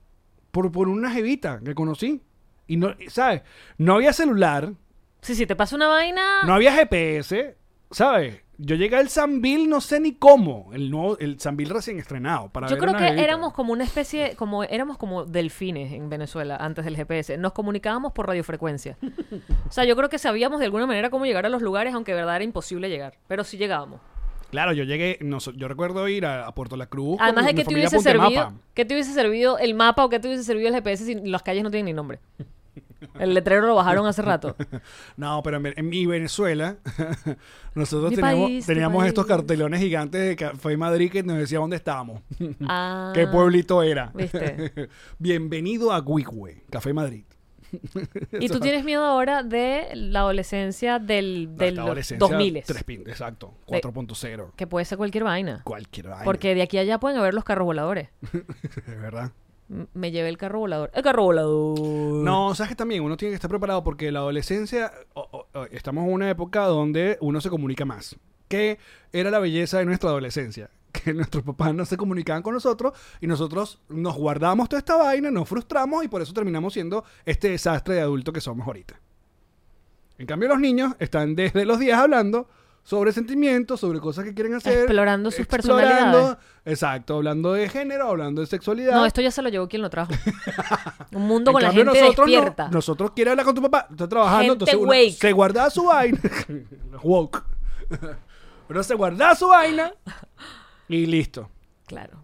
S2: por, por una jevita que conocí. Y no, ¿sabes? No había celular,
S3: Sí, sí, te pasa una vaina.
S2: no había GPS, ¿sabes? Yo llegué al Sanville, no sé ni cómo, el nuevo, el Sanville recién estrenado. Para
S3: Yo
S2: ver
S3: creo
S2: una
S3: que
S2: bebita.
S3: éramos como una especie, como éramos como delfines en Venezuela antes del GPS. Nos comunicábamos por radiofrecuencia. O sea, yo creo que sabíamos de alguna manera cómo llegar a los lugares, aunque de verdad era imposible llegar. Pero sí llegábamos.
S2: Claro, yo llegué, no sé, yo recuerdo ir a, a Puerto La Cruz. con
S3: Además
S2: mi-
S3: de
S2: mi
S3: que te
S2: familia a
S3: hubiese servido,
S2: Puentemapa.
S3: que te hubiese servido el mapa o que te hubiese servido el GPS si las calles no tienen ni nombre. El letrero lo bajaron hace rato.
S2: No, pero en, Ve- en mi Venezuela, nosotros
S3: Mi
S2: teníamos,
S3: país, tu
S2: teníamos
S3: país.
S2: estos cartelones gigantes de Café Madrid que nos decía dónde estábamos,
S3: Ah,
S2: qué pueblito era.
S3: ¿viste?
S2: Bienvenido a Guigüe, Café Madrid.
S3: Y tú tienes miedo ahora de la adolescencia del,
S2: Hasta
S3: del
S2: adolescencia,
S3: 2000
S2: tres pin- exacto, 4.0,
S3: que puede ser cualquier vaina.
S2: cualquier vaina,
S3: Porque de aquí a allá pueden haber los carros voladores.
S2: de verdad.
S3: M- Me llevé el carro volador. El carro volador.
S2: No, sabes que también uno tiene que estar preparado porque la adolescencia, o- o- o- estamos en una época donde uno se comunica más. Que era la belleza de nuestra adolescencia. Que nuestros papás no se comunicaban con nosotros y nosotros nos guardábamos toda esta vaina, nos frustramos y por eso terminamos siendo este desastre de adulto que somos ahorita. En cambio, los niños están desde los 10 hablando sobre sentimientos, sobre cosas que quieren hacer.
S3: Explorando sus personalidades.
S2: Exacto, hablando de género, hablando de sexualidad.
S3: No, esto ya se lo llevó quien lo trajo. Un mundo
S2: En
S3: con la
S2: cambio,
S3: gente
S2: nosotros no.
S3: despierta.
S2: nosotros quiere hablar con tu papá, está trabajando,
S3: Gente
S2: entonces uno
S3: wake.
S2: se guarda su vaina. woke. uno se guarda su vaina y listo.
S3: Claro.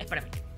S3: Es para mí.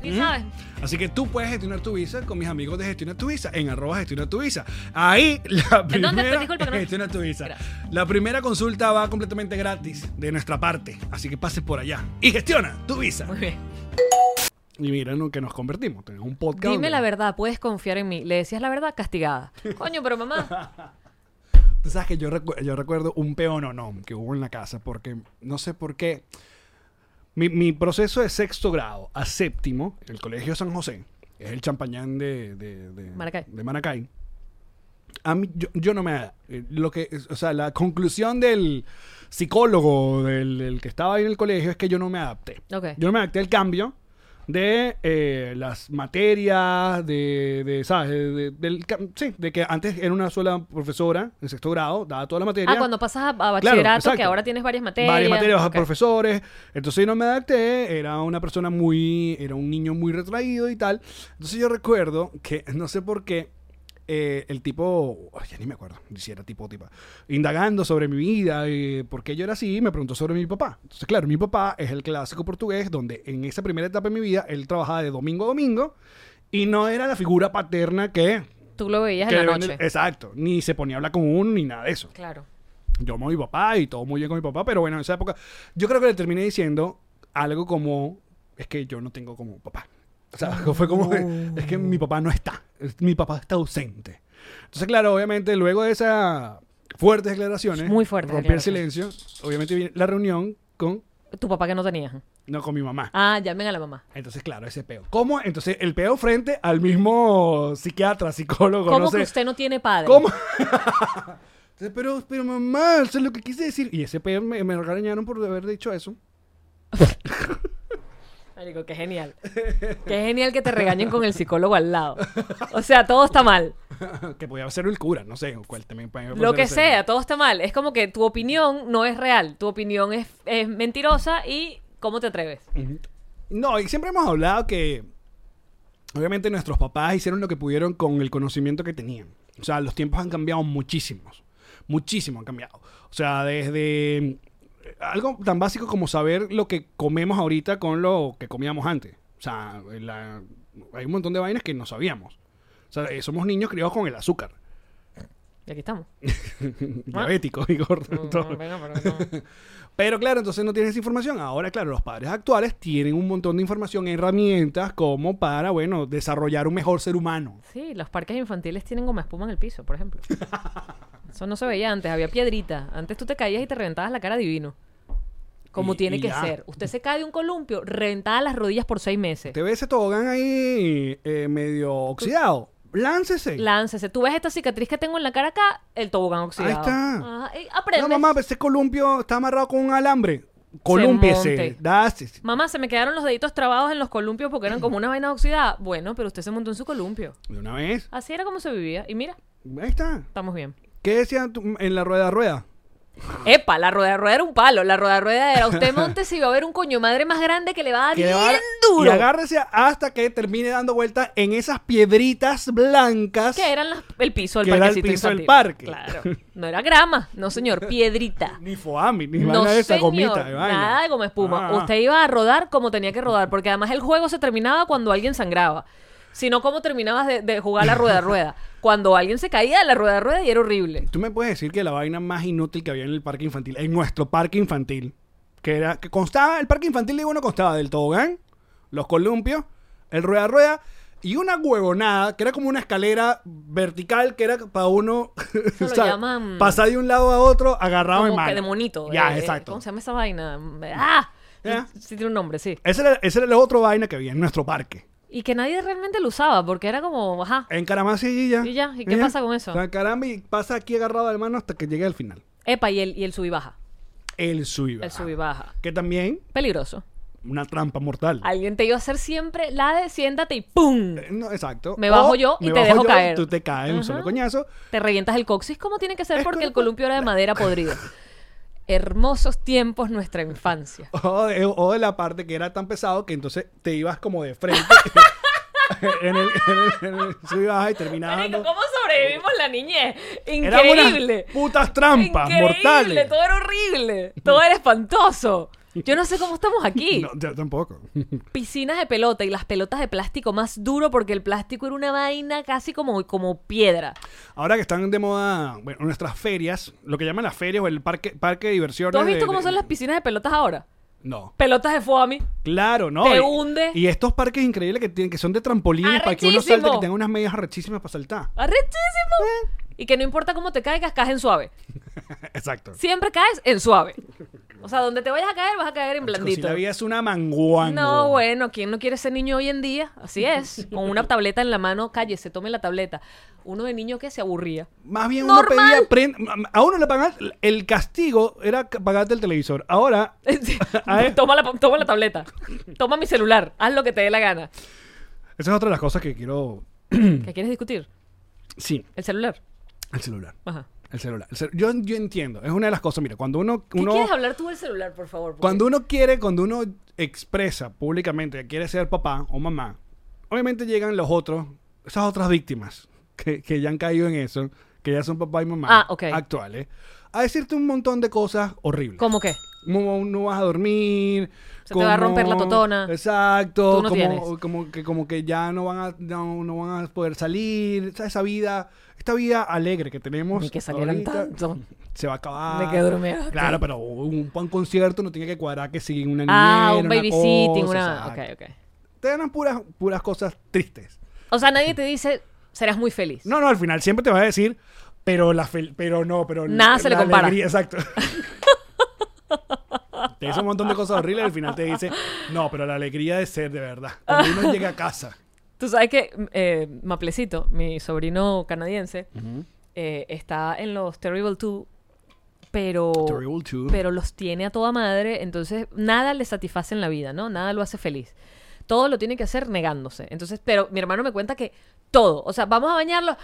S3: ni sabe.
S2: Así que tú puedes gestionar tu visa con mis amigos de Gestiona tu Visa en arroba Gestiona tu Visa. Ahí la
S3: ¿En dónde?
S2: primera
S3: Disculpa que no-
S2: Gestiona tu Visa.
S3: Gracias.
S2: La primera consulta va completamente gratis de nuestra parte, así que pases por allá y gestiona tu visa.
S3: Muy bien.
S2: Y mira en lo que nos convertimos, tenemos un podcast.
S3: Dime
S2: donde-
S3: la verdad, puedes confiar en mí. Le decías la verdad, castigada. Coño, pero mamá. ah,
S2: Tú sabes que yo, recu- yo recuerdo un peononón que hubo en la casa porque no sé por qué. Mi, mi proceso de sexto grado a séptimo, en el Colegio San José, que es el champañán de, de, de-
S3: Maracay.
S2: de Maracay. A mí, yo, yo no me... da- eh, Lo que, es- o sea, la conclusión del psicólogo, del, del que estaba ahí en el colegio, es que yo no me adapté.
S3: Ok.
S2: Yo no me adapté al cambio de eh, las materias, de, de, ¿sabes? De, de- del cam- sí, de que antes era una sola profesora en sexto grado, daba toda la materia.
S3: Ah, cuando pasas a, a
S2: Claro,
S3: bachillerato, que
S2: exacto.
S3: ahora tienes varias materias.
S2: Varias materias,
S3: Ok.
S2: profesores. Entonces yo no me adapté, era una persona muy, era un niño muy retraído y tal. Entonces yo recuerdo que, no sé por qué, eh, el tipo, ay, ya ni me acuerdo si era tipo o tipa, indagando sobre mi vida, eh, por qué yo era así, me preguntó sobre mi papá. Entonces, claro, mi papá es el clásico portugués, donde en esa primera etapa de mi vida, él trabajaba de domingo a domingo y no era la figura paterna que...
S3: Tú lo veías
S2: que
S3: en la
S2: ven-
S3: noche.
S2: Exacto, ni se ponía a hablar con uno ni nada de eso
S3: Claro.
S2: yo amo a mi papá y todo muy bien con mi papá, pero bueno, en esa época yo creo que le terminé diciendo algo como, es que yo no tengo como papá. O sea, fue como,
S3: Oh.
S2: es que mi papá no está, es- mi papá está ausente. Entonces, claro, obviamente, luego de esas fuertes declaraciones,
S3: Muy fuertes
S2: rompí el
S3: declaraciones.
S2: silencio, obviamente viene la reunión con,
S3: Tu papá que no tenías.
S2: no con mi mamá.
S3: Ah, llamen a la mamá.
S2: Entonces, claro, ese peo. ¿Cómo? Entonces, el peo frente al mismo psiquiatra, psicólogo,
S3: ¿Cómo
S2: no sé.
S3: que usted no tiene padre?
S2: ¿Cómo? Entonces, pero, pero mamá, eso es lo que quise decir. Y ese pedo me, me regañaron por haber dicho eso.
S3: Marico, qué genial. Qué genial que te regañen con el psicólogo al lado. O sea, todo está mal.
S2: que podía ser el cura, no sé, o cual también puede- puede
S3: Lo
S2: ser
S3: que
S2: ese.
S3: sea, todo está mal. Es como que tu opinión no es real. Tu opinión es, es mentirosa y ¿cómo te atreves?
S2: Ujú. No, y siempre hemos hablado que obviamente nuestros papás hicieron lo que pudieron con el conocimiento que tenían. O sea, los tiempos han cambiado muchísimos. Muchísimo han cambiado. O sea, desde eh, algo tan básico como saber lo que comemos ahorita con lo que comíamos antes. O sea, la- hay un montón de vainas que no sabíamos. O sea, eh, somos niños criados con el azúcar.
S3: Y aquí estamos.
S2: Diabéticos y gordos. todo.
S3: Venga, pero Mm, no.
S2: Pero claro, entonces no tienes esa información. Ahora, claro, los padres actuales tienen un montón de información, e herramientas como para, bueno, desarrollar un mejor ser humano.
S3: Sí, los parques infantiles tienen goma espuma en el piso, por ejemplo. Eso no se veía antes, había piedrita. Antes tú te caías y te reventabas la cara divino. Como
S2: Y-
S3: tiene
S2: y
S3: que
S2: ya.
S3: ser. Usted se cae de un columpio, reventada las rodillas por seis meses.
S2: Te Este, ve ese tobogán ahí eh, medio oxidado. Láncese.
S3: Láncese. Tú ves esta cicatriz que tengo en la cara acá, el tobogán oxidado.
S2: está.
S3: Ajá, y
S2: no,
S3: aprendes.
S2: mamá, ese columpio está amarrado con un alambre. Colúmpiese.
S3: monte.
S2: da- sí, sí.
S3: Mamá, se me quedaron los deditos trabados en los columpios porque eran como una vaina oxidada. Bueno, pero usted se montó en su columpio.
S2: De una vez.
S3: Así era como se vivía. Y mira,
S2: Ahí está.
S3: estamos bien.
S2: ¿Qué decían en la rueda rueda?
S3: Epa, la rueda de rueda era un palo. La rueda de rueda era usted monte si va a haber un coño madre más grande que le va a dar
S2: Que le
S3: bien
S2: va a dar-
S3: duro.
S2: Y agárrese hasta que termine dando vueltas en esas piedritas blancas.
S3: Que eran las- el piso del
S2: Que era el
S3: parquecito
S2: piso del
S3: infantil.
S2: parque.
S3: Claro. No era grama, no señor, piedrita.
S2: Ni foami, ni
S3: No
S2: vaina de esa
S3: señor,
S2: gomita. de vaina.
S3: nada de goma espuma.
S2: Ah,
S3: Usted iba a rodar como tenía que rodar, porque además el juego se terminaba cuando alguien sangraba. Si no, ¿cómo terminabas de, de jugar la rueda de rueda? Cuando alguien se caía de la rueda de rueda y era horrible.
S2: Tú me puedes decir que la vaina más inútil que había en el parque infantil, en nuestro parque infantil, que era que constaba, el parque infantil digo no constaba del tobogán, los columpios, el rueda rueda y una huevonada que era como una escalera vertical que era para uno
S3: Eso lo llaman-
S2: pasar de un lado a otro agarrado en
S3: Como
S2: mano.
S3: que de monito.
S2: Ya,
S3: eh, eh,
S2: exacto.
S3: ¿Cómo se llama esa vaina? ¡Ah!
S2: Ya.
S3: Sí tiene un nombre, sí.
S2: Ese era, ese era la otra vaina que había en nuestro parque.
S3: Y que nadie realmente lo usaba, porque era como, ajá.
S2: En Caramasi y ya.
S3: Y ya, ¿y qué pasa con eso?
S2: O sea, caramba, y pasa aquí agarrado de mano hasta que llegue al final.
S3: Epa, y el, y el sub y baja.
S2: El subiba.
S3: El sub y baja.
S2: Que también
S3: Peligroso.
S2: una trampa mortal.
S3: Alguien te iba a hacer siempre la de siéntate y ¡pum!
S2: Eh, No, exacto.
S3: Me bajo yo y
S2: me
S3: te
S2: bajo
S3: dejo
S2: yo,
S3: caer.
S2: Tú te caes un
S3: Ajá.
S2: solo coñazo.
S3: Te revientas el coxis como tiene que ser
S2: Es
S3: porque el
S2: correcto.
S3: columpio era de madera podrida. Hermosos tiempos nuestra infancia.
S2: O de, o de la parte que era tan pesado que entonces te ibas como de frente. en el, en el- en el sub y baja y terminabas.
S3: Marico,
S2: dando-
S3: ¿cómo sobrevivimos la niñez?
S2: Eran Ah, unas
S3: Increíble.
S2: putas trampas
S3: Increíble,
S2: mortales.
S3: Todo era horrible. Todo era espantoso. Yo no sé cómo estamos aquí.
S2: No, yo tampoco.
S3: Piscinas de pelota y las pelotas de plástico más duro porque el plástico era una vaina casi como, como piedra.
S2: Ahora que están de moda bueno, nuestras ferias, lo que llaman las ferias o el parque, parque de diversiones.
S3: ¿Tú has
S2: de-
S3: visto cómo
S2: de-
S3: son las piscinas de pelotas ahora?
S2: No.
S3: Pelotas de foamy.
S2: Claro, ¿no?
S3: Te
S2: Y-
S3: hunde.
S2: Y estos parques increíbles que tienen, que son de trampolines para que uno salte, que
S3: Arrechísimo.
S2: tengan unas medias arrechísimas para saltar.
S3: ¡Arrechísimo! Y que no importa cómo te caigas, caes en suave.
S2: Exacto.
S3: Siempre caes en suave. O sea, donde te vayas a caer, vas a caer en
S2: Chico, Si
S3: blandito.
S2: la vida es una manguanga.
S3: No, bueno, ¿quién no quiere ser niño hoy en día? Así es. Con una tableta en la mano, cállese, tome la tableta. Uno de niño que se aburría.
S2: Más bien uno
S3: Normal.
S2: pedía prenda. A uno le pagaban. El castigo era c- pagarte el televisor. Ahora,
S3: Sí.
S2: Ah, ¿eh?
S3: toma, la, toma la tableta. Toma mi celular. Haz lo que te dé la gana.
S2: esa es otra de las cosas que quiero.
S3: ¿Qué quieres discutir?
S2: Sí,
S3: El celular.
S2: el celular.
S3: Ajá.
S2: El celular. El cel- Yo, yo entiendo. Es una de las cosas. Mira, cuando uno.
S3: ¿Qué
S2: uno
S3: quieres hablar tú del celular, por favor? Porque-
S2: Cuando uno quiere, cuando uno expresa públicamente que quiere ser papá o mamá, obviamente llegan los otros, esas otras víctimas que, que ya han caído en eso, que ya son papá y mamá
S3: Ah, ok.
S2: actuales, a decirte un montón de cosas horribles.
S3: ¿Cómo qué?
S2: Como no vas a dormir.
S3: Se te va a
S2: como-
S3: romper la totona.
S2: Exacto.
S3: Tú no
S2: como,
S3: tienes.
S2: como que, como que ya no van a, no, no van a poder salir. O sea, esa vida, esta vida alegre que tenemos.
S3: Ni que salieran
S2: ahorita, Ah,
S3: tanto.
S2: se va a acabar.
S3: Me quedé dormida.
S2: Claro, pero un, un concierto no tiene que cuadrar que siguen una niñera,
S3: Ah, un
S2: una
S3: babysitting,
S2: cosa,
S3: una.
S2: exacto.
S3: Ok, ok.
S2: Te dan puras, puras cosas tristes.
S3: O sea, nadie te dice, serás muy feliz.
S2: No, no, al final siempre te va a decir, pero la fel- pero no, pero
S3: Nada se le
S2: la
S3: compara.
S2: alegría, exacto. te dice un montón de cosas horribles y al final te dice, no, pero la alegría de ser de verdad. Cuando uno llega a casa.
S3: Tú sabes que eh, Maplecito, mi sobrino canadiense, eh, está en los Terrible 2, pero,
S2: Terrible Two.
S3: pero los tiene a toda madre, entonces nada le satisface en la vida, ¿no? Nada lo hace feliz. Todo lo tiene que hacer negándose. Entonces, pero mi hermano me cuenta que todo, o sea, vamos a bañarlo, ¡no!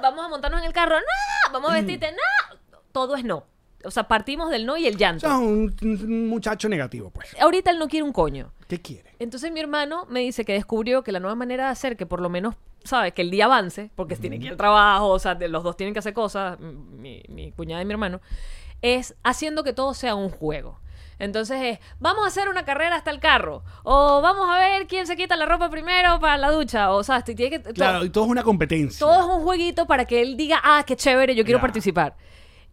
S3: Vamos a montarnos en el carro, ¡no! Vamos a vestirte, ¡no! Todo es no. O sea, partimos del no y el
S2: O
S3: llanto.
S2: sea, un, un muchacho negativo, pues.
S3: Ahorita él no quiere un coño.
S2: ¿Qué quiere?
S3: Entonces mi hermano me dice que descubrió que la nueva manera de hacer que por lo menos, ¿sabes? Que el día avance, porque tiene que ir al trabajo, o sea, de- los dos tienen que hacer cosas, m- mi, mi cuñada y mi hermano, es haciendo que todo sea un juego. Entonces es, vamos a hacer una carrera hasta el carro, o vamos a ver quién se quita la ropa primero para la ducha, o sea, tiene que... to-
S2: Claro, y todo es una competencia.
S3: todo es un jueguito para que él diga, ah, qué chévere, yo quiero
S2: Ya.
S3: participar.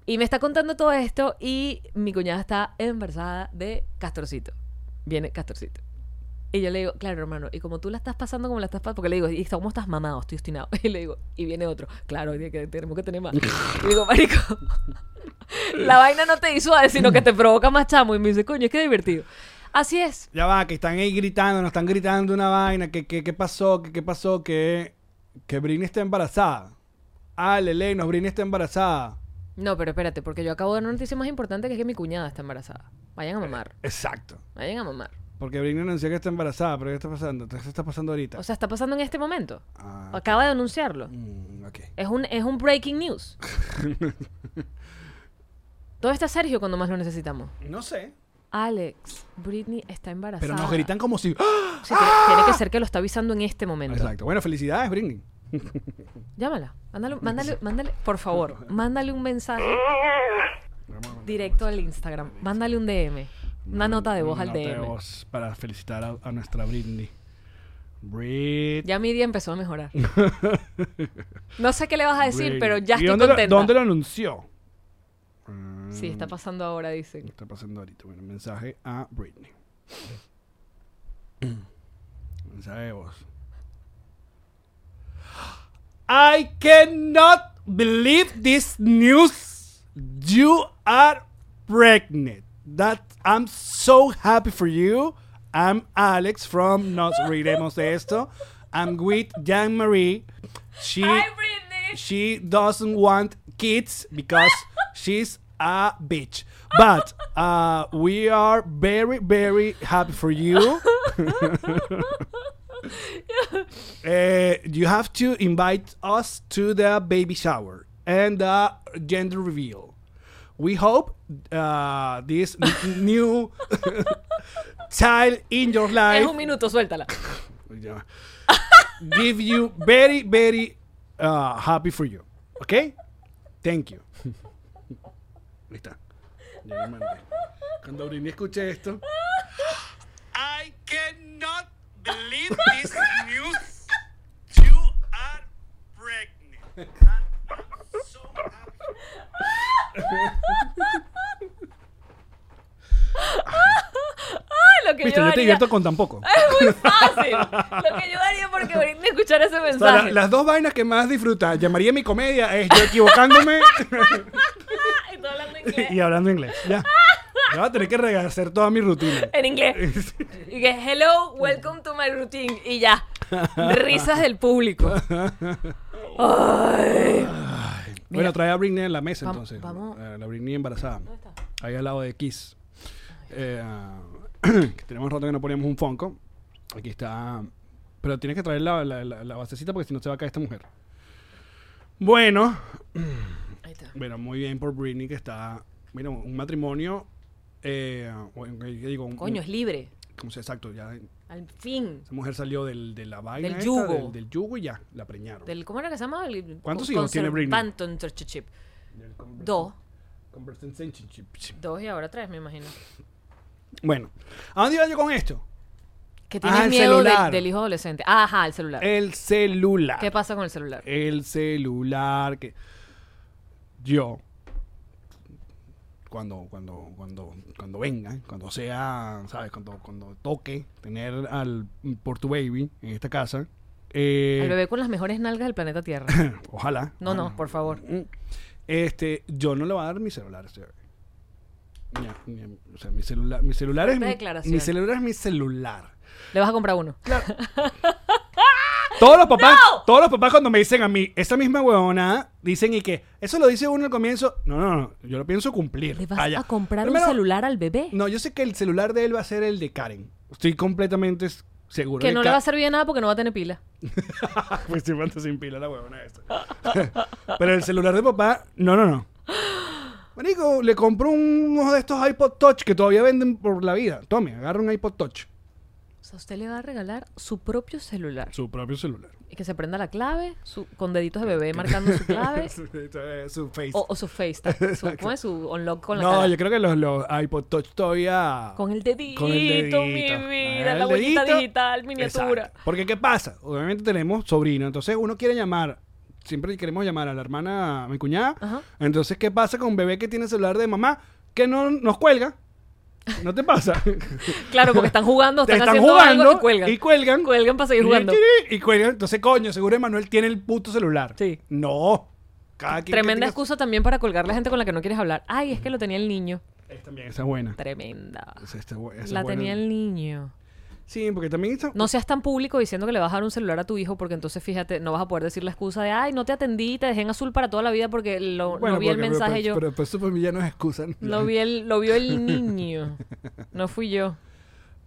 S3: Y me está contando todo esto y mi cuñada está embarazada de Castorcito. Viene Castorcito. Y yo le digo, claro, hermano, y como tú la estás pasando como la estás pasando, porque le digo, ¿y está- cómo estás mamado? Estoy obstinado. Y le digo, y viene otro, claro, tiene que- tenemos que tener más. Y digo, marico, la vaina no te disuade, sino que te provoca más chamo. Y me dice, coño, es que divertido. Así es.
S2: Ya va, que están ahí gritando, nos están gritando una vaina, que qué pasó, que qué pasó, que que Britney está embarazada. Ah, Lele, nos Britney está embarazada.
S3: No, pero espérate, porque yo acabo de dar una noticia más importante que es que mi cuñada está embarazada. Vayan a mamar.
S2: Exacto.
S3: Vayan a mamar.
S2: Porque Britney anunció que está embarazada, pero ¿qué está pasando? Entonces, ¿Qué está pasando ahorita?
S3: O sea, está pasando en este momento.
S2: Ah,
S3: Acaba de anunciarlo.
S2: Mm, ok.
S3: Es un, es un breaking news. ¿Dónde está Sergio cuando más lo necesitamos?
S2: No sé.
S3: Alex, Britney está embarazada.
S2: Pero nos gritan como si... ¡Ah!
S3: Sí, tiene, tiene que ser que lo está avisando en este momento.
S2: Exacto. Bueno, felicidades, Britney.
S3: Llámala. Mándale, mándale, mándale, por favor, mándale un mensaje directo al Instagram. Mándale un DM. Una nota de voz
S2: Mm, Una
S3: al
S2: nota de
S3: DM.
S2: voz para felicitar a, a nuestra Britney. Brit...
S3: Ya mi día empezó a mejorar. No sé qué le vas a decir,
S2: Britney.
S3: pero ya
S2: ¿Y
S3: estoy
S2: dónde lo-
S3: contenta.
S2: ¿Dónde lo anunció? Mm,
S3: Sí, está pasando ahora, dicen.
S2: está pasando ahorita. Bueno, mensaje a Britney. mensaje de voz. I cannot believe this news. You are pregnant. That I'm so happy for you. I'm Alex from Nos Reiremos de Esto. I'm with Jean Marie. She she doesn't want kids because she's a bitch. But uh, we are very, very happy for you. Uh, you have to invite us to the baby shower and the gender reveal. We hope uh, this new child in your
S3: Es
S2: life
S3: un minuto, suéltala.
S2: Pues ya. Give you very, very uh, happy for you. ¿Ok? Thank you. Ahí está. Ya lo mandé. Cuando Britney escuche esto. I cannot believe this news. You are pregnant. I'm so happy.
S3: Ay, lo que
S2: Viste,
S3: yo
S2: yo te
S3: haría
S2: divierto con tampoco.
S3: es muy fácil. Lo que yo haría porque Britney escuchara ese
S2: O sea, la-
S3: mensaje.
S2: las dos vainas que más disfruta, llamaría mi comedia, es yo equivocándome
S3: Ah, y todo hablando en inglés.
S2: y hablando inglés. Ya. Ya voy a tener que rehacer toda mi rutina.
S3: En inglés. Y que hello, welcome to my routine. Y ya. Risas del público. Ay.
S2: Bueno, trae a Britney en la mesa
S3: Vam-
S2: entonces.
S3: vamos-
S2: Eh, La Britney embarazada.
S3: está?
S2: Ahí al lado de Kiss. Eh, ah, que tenemos rato que no poníamos un Fonco. Aquí está. Pero tienes que traer la, la- la- la basecita porque si no se va a caer esta mujer. Bueno,
S3: Ahí está.
S2: bueno, muy bien por Britney que está. Mira, un matrimonio. Eh, bueno, que- que digo, un-
S3: Coño,
S2: un-
S3: es libre.
S2: como sea, exacto, ya. Esa
S3: Al fin.
S2: mujer salió del, de la vaina.
S3: Del
S2: esta,
S3: yugo.
S2: del, del yugo y ya, la preñaron.
S3: Del, ¿Cómo era que se llamaba? El-
S2: ¿Cuántos
S3: con-
S2: hijos tiene Britney?
S3: conservatorship.
S2: Del conversa-
S3: Dos.
S2: conversationship.
S3: Dos y ahora tres, me imagino.
S2: Bueno, ¿a dónde iba yo con esto?
S3: Que
S2: Ah,
S3: tiene
S2: el
S3: miedo de-
S2: celular. Eh,
S3: del hijo adolescente. Ajá, el celular.
S2: El celular.
S3: ¿Qué pasa con el celular?
S2: El celular que yo cuando cuando cuando cuando venga, cuando sea, sabes, cuando cuando toque tener al por tu baby en esta casa, eh,
S3: El bebé con las mejores nalgas del planeta Tierra.
S2: ojalá.
S3: No, no, por favor.
S2: Este, yo no le voy a dar mi celular a este bebé. Ni a- ni a- o sea, mi celular, mi celular es
S3: Fuerte
S2: mi-
S3: declaración.
S2: mi celular es mi celular.
S3: Le vas a comprar uno.
S2: Todos los papás, todos los papás cuando me dicen a mí esa misma huevona, dicen y que eso lo dice uno al comienzo. No, no, no, yo lo pienso cumplir.
S3: ¿Le vas
S2: Allá.
S3: a comprar
S2: Ah, Primero,
S3: un celular al bebé?
S2: No, yo sé que el celular de él va a ser el de Karen. Estoy completamente s- seguro.
S3: que
S2: de
S3: no le va a
S2: Ka-
S3: servir de nada porque no va a tener pila.
S2: pues estoy falta sin pila la huevona esta. Pero el celular de papá, no, no, no. Marico, le compró uno de estos iPod Touch que todavía venden por la vida. Tome, agarra un iPod Touch.
S3: O sea, usted le va a regalar su propio celular.
S2: Su propio celular.
S3: Y que se prenda la clave, su- con deditos de bebé marcando su clave.
S2: su, su Face.
S3: o, o su FaceTime. Su, ¿Cómo es su unlock con la
S2: no,
S3: cara?
S2: yo creo que los, los iPod Touch todavía.
S3: Con el dedito,
S2: Con el dedito.
S3: mi vida.
S2: Ah, el
S3: la huellita
S2: dedito.
S3: digital, miniatura.
S2: Exacto. Porque, ¿qué pasa? Obviamente tenemos sobrino, entonces uno quiere llamar. Siempre queremos llamar a la hermana, a mi cuñada.
S3: Ajá.
S2: Entonces, ¿qué pasa con un bebé que tiene celular de mamá que no nos cuelga? ¿No te pasa?
S3: Claro, porque están jugando,
S2: Te
S3: están,
S2: están
S3: haciendo
S2: jugando
S3: algo y cuelgan.
S2: y cuelgan.
S3: Cuelgan para seguir jugando.
S2: Y cuelga. Entonces, coño, seguro Emanuel tiene el puto celular.
S3: Sí.
S2: No. Cada quien que
S3: Tremenda
S2: tenga-
S3: excusa también para colgar a la gente con la que no quieres hablar. Ay, es que lo tenía el niño.
S2: Es también, esa es buena.
S3: Tremenda.
S2: Esa- esa es bu- esa es
S3: la
S2: buena.
S3: tenía el niño.
S2: Sí, porque también está...
S3: No seas tan público diciendo que le vas a dar un celular a tu hijo porque entonces fíjate, no vas a poder decir la excusa de, ay, no te atendí, te dejé en azul para toda la vida porque lo, no vi el
S2: porque-
S3: mensaje
S2: pero,
S3: yo.
S2: Pero, pero eso para mí ya no es excusa. ¿no?
S3: lo, vi el, lo vio el niño. No fui yo.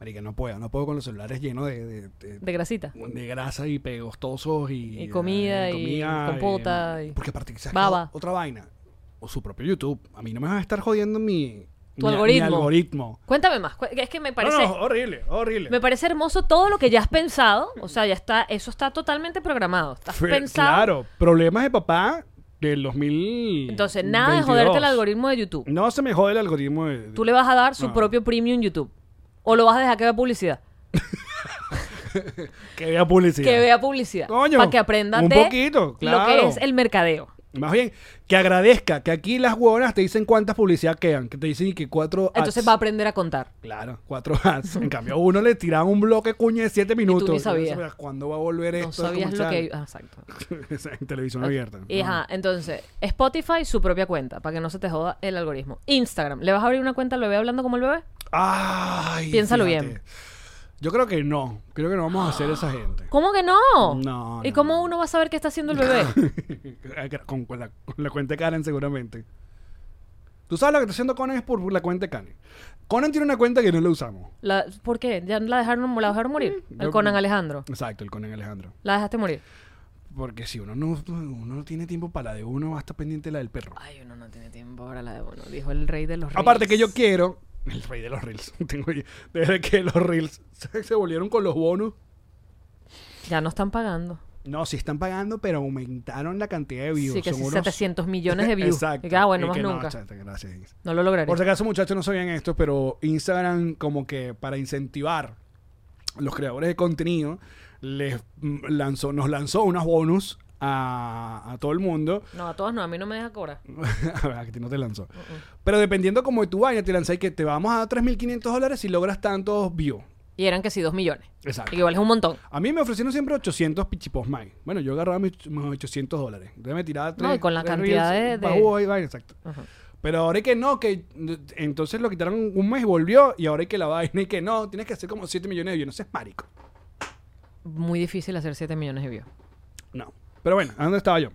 S2: Marica, no puedo, no puedo con los celulares llenos de, de, de-
S3: De grasita.
S2: de grasa y pegostosos y...
S3: Y comida,
S2: eh,
S3: y compota, y-
S2: Porque aparte, ¿sabes
S3: Baba.
S2: qué? Otra vaina. O su propio YouTube. A mí no me vas a estar jodiendo mi...
S3: Tu
S2: mi-
S3: algoritmo.
S2: Mi algoritmo.
S3: Cuéntame más. cu- Es que me parece...
S2: No, no, horrible, horrible.
S3: Me parece hermoso todo lo que ya has pensado. O sea, ya está, eso está totalmente programado. Estás
S2: Fe-
S3: pensado.
S2: Claro, problemas de papá del 2000.
S3: Entonces, nada de joderte el algoritmo de YouTube.
S2: No se me jode el algoritmo de.
S3: Tú le vas a dar su
S2: No.
S3: propio premium YouTube. O lo vas a dejar que vea publicidad.
S2: que vea publicidad.
S3: Que vea publicidad.
S2: Coño,
S3: Para que aprenda
S2: un
S3: de
S2: poquito, claro.
S3: lo que es el mercadeo.
S2: Más bien, que agradezca que aquí las huevonas te dicen cuántas publicidad quedan. Que te dicen y que cuatro ads.
S3: Entonces va a aprender a contar.
S2: Claro, cuatro ads. En cambio, a uno le tiraban un bloque cuño de siete minutos.
S3: ni sabías.
S2: Entonces, ¿Cuándo va a volver
S3: No
S2: esto? a
S3: sabías lo
S2: comenzar?
S3: que... ah, exacto.
S2: en televisión abierta.
S3: Y
S2: No.
S3: ajá, entonces, Spotify, su propia cuenta, para que no se te joda el algoritmo. Instagram, ¿le vas a abrir una cuenta al bebé hablando como el bebé?
S2: Ay,
S3: Piénsalo
S2: fíjate.
S3: bien.
S2: Yo creo que no. Creo que no vamos a ser esa gente.
S3: ¿Cómo que no?
S2: No,
S3: ¿Y
S2: no,
S3: cómo
S2: no.
S3: uno va a saber qué está haciendo el bebé?
S2: con, con la, con la cuenta de Karen seguramente. Tú sabes lo que está haciendo Conan es por la cuenta de Karen. Conan tiene una cuenta que no la usamos.
S3: La- ¿Por qué? ¿Ya la dejaron, la dejaron morir? El
S2: Mm, Yo-
S3: Conan Alejandro.
S2: Exacto, el Conan Alejandro.
S3: La dejaste morir.
S2: Porque si uno no, uno no tiene tiempo para la de uno, va a estar pendiente de la del perro.
S3: Ay, uno no tiene tiempo ahora la de uno. Dijo el rey de los reyes.
S2: Aparte que yo quiero... El rey de los reels. Tengo, desde que los reels se, se volvieron con los bonus.
S3: Ya no están pagando.
S2: No, sí están pagando, pero aumentaron la cantidad de views.
S3: Sí, que
S2: Son
S3: sí,
S2: unos-
S3: 700 millones de views.
S2: Exacto.
S3: Y que, ah, bueno,
S2: Y
S3: más
S2: que no,
S3: nunca.
S2: chata, gracias.
S3: No lo lograré.
S2: Por si acaso, muchachos, no sabían esto, pero Instagram, como que para incentivar a los creadores de contenido, les mm, lanzó, nos lanzó unas bonus a, a todo el mundo.
S3: No, a todas no, a mí no me deja cobrar.
S2: a ti no te lanzó.
S3: Mm,
S2: Pero dependiendo como de tu vaina, te lanzáis que te vamos a dar 3.500 dólares si logras tantos views.
S3: Y eran que sí, 2 millones.
S2: Exacto.
S3: Y igual es un montón.
S2: A mí me ofrecieron siempre 800 pichipos más. Bueno, yo agarraba mis, mis 800 dólares. Entonces me tiraba tres,
S3: No, y con la
S2: tres
S3: cantidad
S2: reels,
S3: de-
S2: pa'
S3: de-
S2: jugo y vaina, exacto.
S3: Ajá.
S2: Pero ahora es que no, que entonces lo quitaron un mes y volvió, y ahora es que la vaina y que no, tienes que hacer como 7 millones de views, no seas marico.
S3: Muy difícil hacer 7 millones de views.
S2: No. Pero bueno, ¿a dónde estaba yo?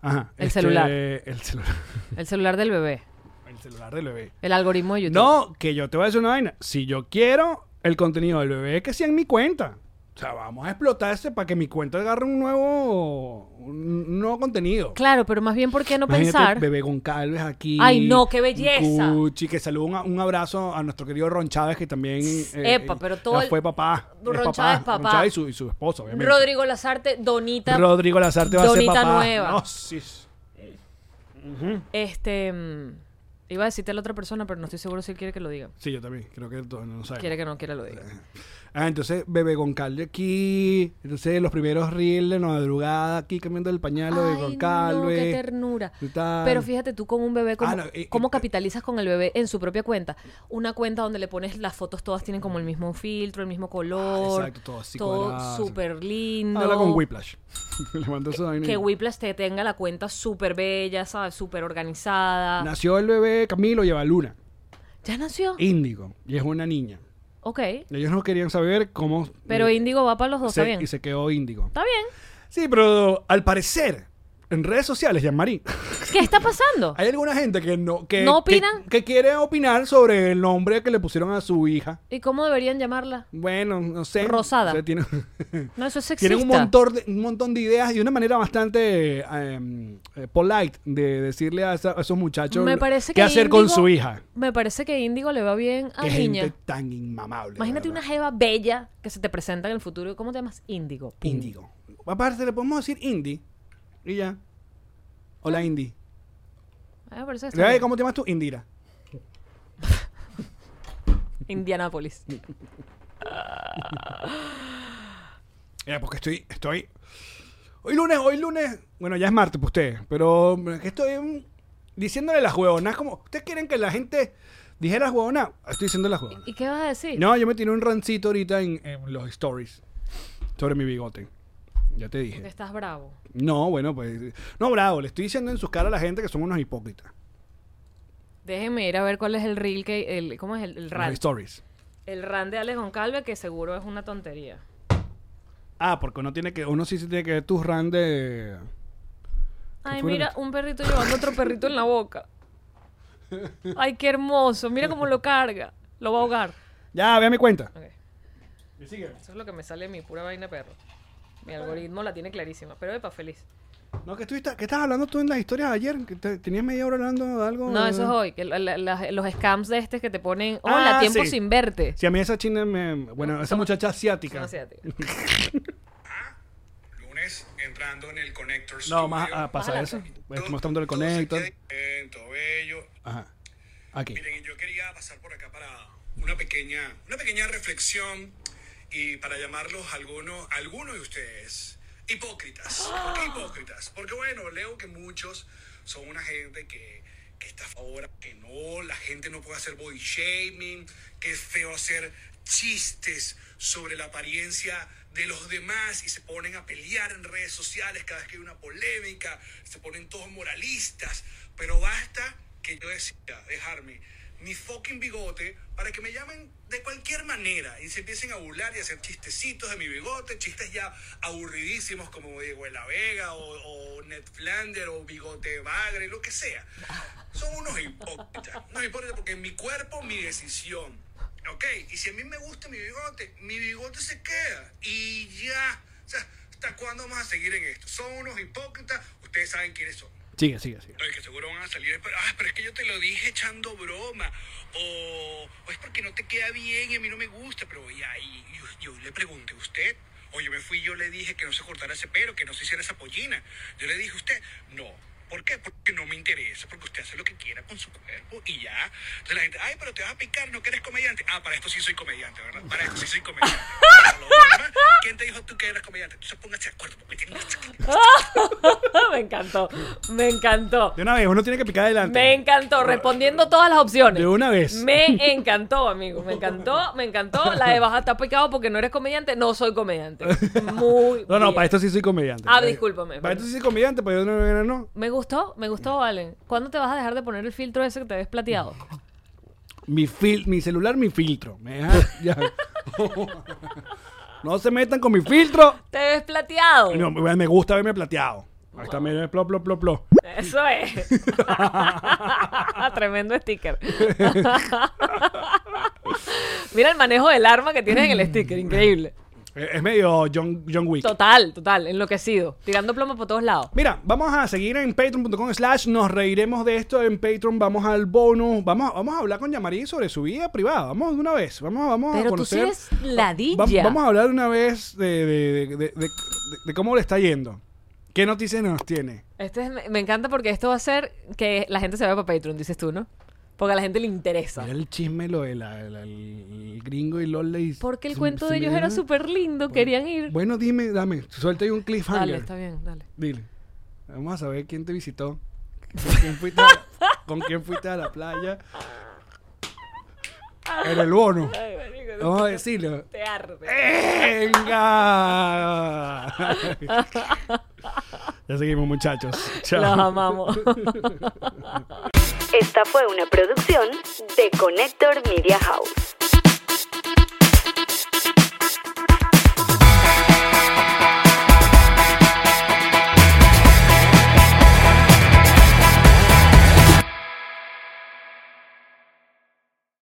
S2: Ajá. este,
S3: El celular.
S2: El celular.
S3: El celular del bebé.
S2: El celular del bebé.
S3: El algoritmo de YouTube.
S2: No, que yo te voy a decir una vaina. Si yo quiero el contenido del bebé, que sea en mi cuenta. O sea, vamos a explotarse para que mi cuenta agarre un nuevo, un nuevo contenido.
S3: Claro, pero más bien, ¿por qué no
S2: Imagínate,
S3: pensar?
S2: Bebé Goncalves aquí.
S3: Ay, no, qué belleza.
S2: Cuchi, que saluda un, un abrazo a nuestro querido Ron Chávez, que también. eh,
S3: epa, pero todo
S2: ya
S3: el-
S2: Fue papá.
S3: Ron
S2: es
S3: Chávez, papá.
S2: Ron Chávez y su, y su esposo, obviamente.
S3: Rodrigo Lazarte, Donita,
S2: Rodrigo Lazarte va a ser
S3: Donita
S2: papá.
S3: nueva.
S2: No, sí, sí.
S3: este... mm, Iba a decirte a la otra persona, pero no estoy seguro si él quiere que lo diga.
S2: Sí, yo también. Creo que todo- no sabe.
S3: Quiere que no quiera lo diga.
S2: Ah, entonces Bebé Goncalves aquí. Entonces los primeros reels de madrugada aquí cambiando el pañal de
S3: Ay, no, qué
S2: Goncalves.
S3: ternura.
S2: y tal.
S3: Pero fíjate tú con un bebé, ¿cómo,
S2: Ah, no, eh,
S3: cómo
S2: eh,
S3: capitalizas con el bebé en su propia cuenta? Una cuenta donde le pones las fotos, todas tienen como el mismo filtro, el mismo color.
S2: Ah, exacto, todo así
S3: Todo
S2: cuadrado.
S3: súper lindo.
S2: Habla con Whiplash. Le mando esa vaina y-
S3: Que Whiplash te tenga la cuenta súper bella, ¿sabes? Súper organizada.
S2: Nació el bebé Camilo lleva Luna,
S3: ¿Ya nació?
S2: índigo, y es una niña.
S3: Ok.
S2: Ellos no querían saber cómo.
S3: Pero
S2: eh,
S3: Índigo va para los dos,
S2: se-
S3: ¿está bien?
S2: Y se quedó índigo.
S3: Está bien.
S2: Sí, pero al parecer, en redes sociales, Jean-Marie,
S3: ¿Qué está pasando?
S2: hay alguna gente que no. Que,
S3: ¿No
S2: que-
S3: opinan?
S2: Que, quiere opinar sobre el nombre que le pusieron a su hija.
S3: ¿Y cómo deberían llamarla?
S2: Bueno, no sé.
S3: Rosada.
S2: O sea, tiene-
S3: No, eso es sexista.
S2: tienen un montón, de, un montón de ideas y una manera bastante eh, em, eh, polite de decirle a, esa- a esos muchachos
S3: Me
S2: lo-
S3: parece
S2: qué
S3: que
S2: hacer con
S3: Índigo-
S2: su hija.
S3: Me parece que Índigo le va bien a
S2: Qué
S3: Niña.
S2: gente tan inmamable. de
S3: Imagínate
S2: verdad.
S3: una jeva bella que se te presenta en el futuro. ¿Cómo te llamas? Índigo. Pum.
S2: Índigo. Aparte, le podemos decir Indy. Y ya. Hola, Indy.
S3: Ah, me parece que está
S2: Ay,
S3: bien.
S2: ¿Cómo te llamas tú? Indira.
S3: Indianápolis.
S2: Mira, porque estoy, estoy. Hoy lunes, hoy lunes. Bueno, ya es martes para ustedes, pero es que estoy mm, diciéndole las huevonas como. ¿Ustedes quieren que la gente dijera las huevonas? Estoy diciendo las huevonas.
S3: ¿Y qué vas a decir?
S2: No, yo me tiré un rancito ahorita en, en los stories sobre mi bigote. Ya te
S3: Que
S2: dije.
S3: estás bravo.
S2: No, bueno, pues. No, bravo, le estoy diciendo en sus caras a la gente que son unos hipócritas.
S3: Déjeme ir a ver cuál es el reel que... El, ¿Cómo es el, el
S2: Los
S3: rant?
S2: stories.
S3: El RAN de Alex Goncalves, que seguro es una tontería.
S2: Ah, porque uno tiene que, uno sí tiene que ver tus ran de.
S3: Ay,
S2: fuera?
S3: mira, un perrito llevando otro perrito en la boca. Ay, qué hermoso. Mira cómo lo carga. Lo va a ahogar.
S2: Ya, vea mi cuenta.
S3: Ok. Eso es lo que me sale de mi pura vaina perro. Mi algoritmo la tiene clarísima, pero epa, feliz.
S2: No, que estuviste, que estabas hablando tú en las historias de ayer, que te- tenías media hora hablando de algo.
S3: No, eso es
S2: eh.
S3: hoy. que la- la- las- los scams de este que te ponen, hola,
S2: Ah,
S3: tiempo
S2: sí.
S3: sin verte.
S2: Si a mí esa china me. Bueno, esa muchacha asiática.
S3: No sé a ti.
S4: Lunes entrando en el Connector Studio.
S2: No, más ah, pasa
S3: Bájala.
S2: eso.
S4: Todo-
S2: Estamos estando el
S4: todo se
S2: conector.
S4: queda bien, Todo bello.
S2: Ajá. Aquí.
S4: Miren, y yo quería pasar por acá para una pequeña, una pequeña reflexión y para llamarlos algunos, algunos de ustedes hipócritas. ¿Por qué hipócritas? Porque bueno, leo que muchos son una gente que, que está a favor, que no, la gente no puede hacer body shaming, que es feo hacer chistes sobre la apariencia de los demás y se ponen a pelear en redes sociales cada vez que hay una polémica, se ponen todos moralistas, pero basta que yo decida dejarme mi fucking bigote para que me llamen de cualquier manera y se empiecen a burlar y a hacer chistecitos de mi bigote, chistes ya aburridísimos como Diego de la Vega o, o Ned Flander o Bigote Bagre, lo que sea. Son unos hipócritas. No importa porque en mi cuerpo, mi decisión. ¿Ok? Y si a mí me gusta mi bigote, mi bigote se queda y ya. O sea, ¿hasta cuándo vamos a seguir en esto? Son unos hipócritas, ustedes saben quiénes son.
S2: Sigue, sigue, sigue.
S4: No, y que seguro van a salir. Pero, ah, pero es que yo te lo dije echando broma. O, o es porque no te queda bien y a mí no me gusta. Pero y ahí yo, yo le pregunté a usted. O yo me fui y yo le dije que no se cortara ese pelo, que no se hiciera esa pollina. Yo le dije a usted, no. ¿Por qué? Porque no me interesa, porque usted hace lo que quiera con su cuerpo y ya. Entonces la gente, ay, pero te vas a picar, no que eres comediante. Ah, para esto sí soy comediante, ¿verdad? Para esto sí soy comediante. Para lo demás, ¿Quién te dijo tú que eras comediante? Entonces póngase de acuerdo, porque tienes
S3: me encantó, me encantó.
S2: De una vez, uno tiene que picar adelante.
S3: Me encantó, respondiendo todas las opciones.
S2: De una vez.
S3: Me encantó, amigo. Me encantó, me encantó. La de baja está picado porque no eres comediante. No soy comediante. Muy.
S2: No, no,
S3: bien.
S2: para esto sí soy comediante.
S3: Ah, discúlpame,
S2: Para
S3: perdón.
S2: esto sí soy comediante, pero yo no, no, no.
S3: Me gustó, me gustó, Valen. ¿Cuándo te vas a dejar de poner el filtro ese que te ves plateado?
S2: Mi, fil- mi celular, mi filtro. Me deja- ya. no se metan con mi filtro.
S3: ¿Te ves plateado?
S2: No, me me gusta verme plateado. Ahí está, mira, plop, plop, plop, plop.
S3: Eso es. Tremendo sticker. Mira el manejo del arma que tienes en el sticker, increíble.
S2: Eh, Es medio John, John Wick.
S3: Total, total, enloquecido, tirando plomo por todos lados.
S2: Mira, vamos a seguir en patreon.com slash, nos reiremos de esto en Patreon, vamos al bonus, vamos, vamos a hablar con Yamari sobre su vida privada, vamos de una vez, vamos, vamos a
S3: Pero tú sí
S2: conocer.
S3: eres ladilla.
S2: Va- vamos a hablar de una vez de, de- de- de- de- de cómo le está yendo. ¿Qué noticias nos tiene?
S3: Este es- me- me encanta porque esto va a ser que la gente se vaya para Patreon, dices tú, ¿no? Porque a la gente le interesa.
S2: Era el chisme lo de la- la- el gringo y Lola y...
S3: Porque el
S2: se-
S3: cuento
S2: se
S3: de
S2: me
S3: ellos
S2: dio
S3: era
S2: una-
S3: súper lindo, querían ir.
S2: Bueno, dime, dame, suelta ahí un cliffhanger.
S3: Dale, está bien, dale.
S2: Dile. Vamos a saber quién te visitó. ¿Con quién fuiste a la, con quién fuiste a la playa? En el bono.
S3: Ay, marico, no
S2: Vamos a decirlo.
S3: te arde.
S2: Eh, ¡Venga! Ya seguimos, muchachos. Chao.
S3: Los amamos.
S1: Esta fue una producción de Connector Media House.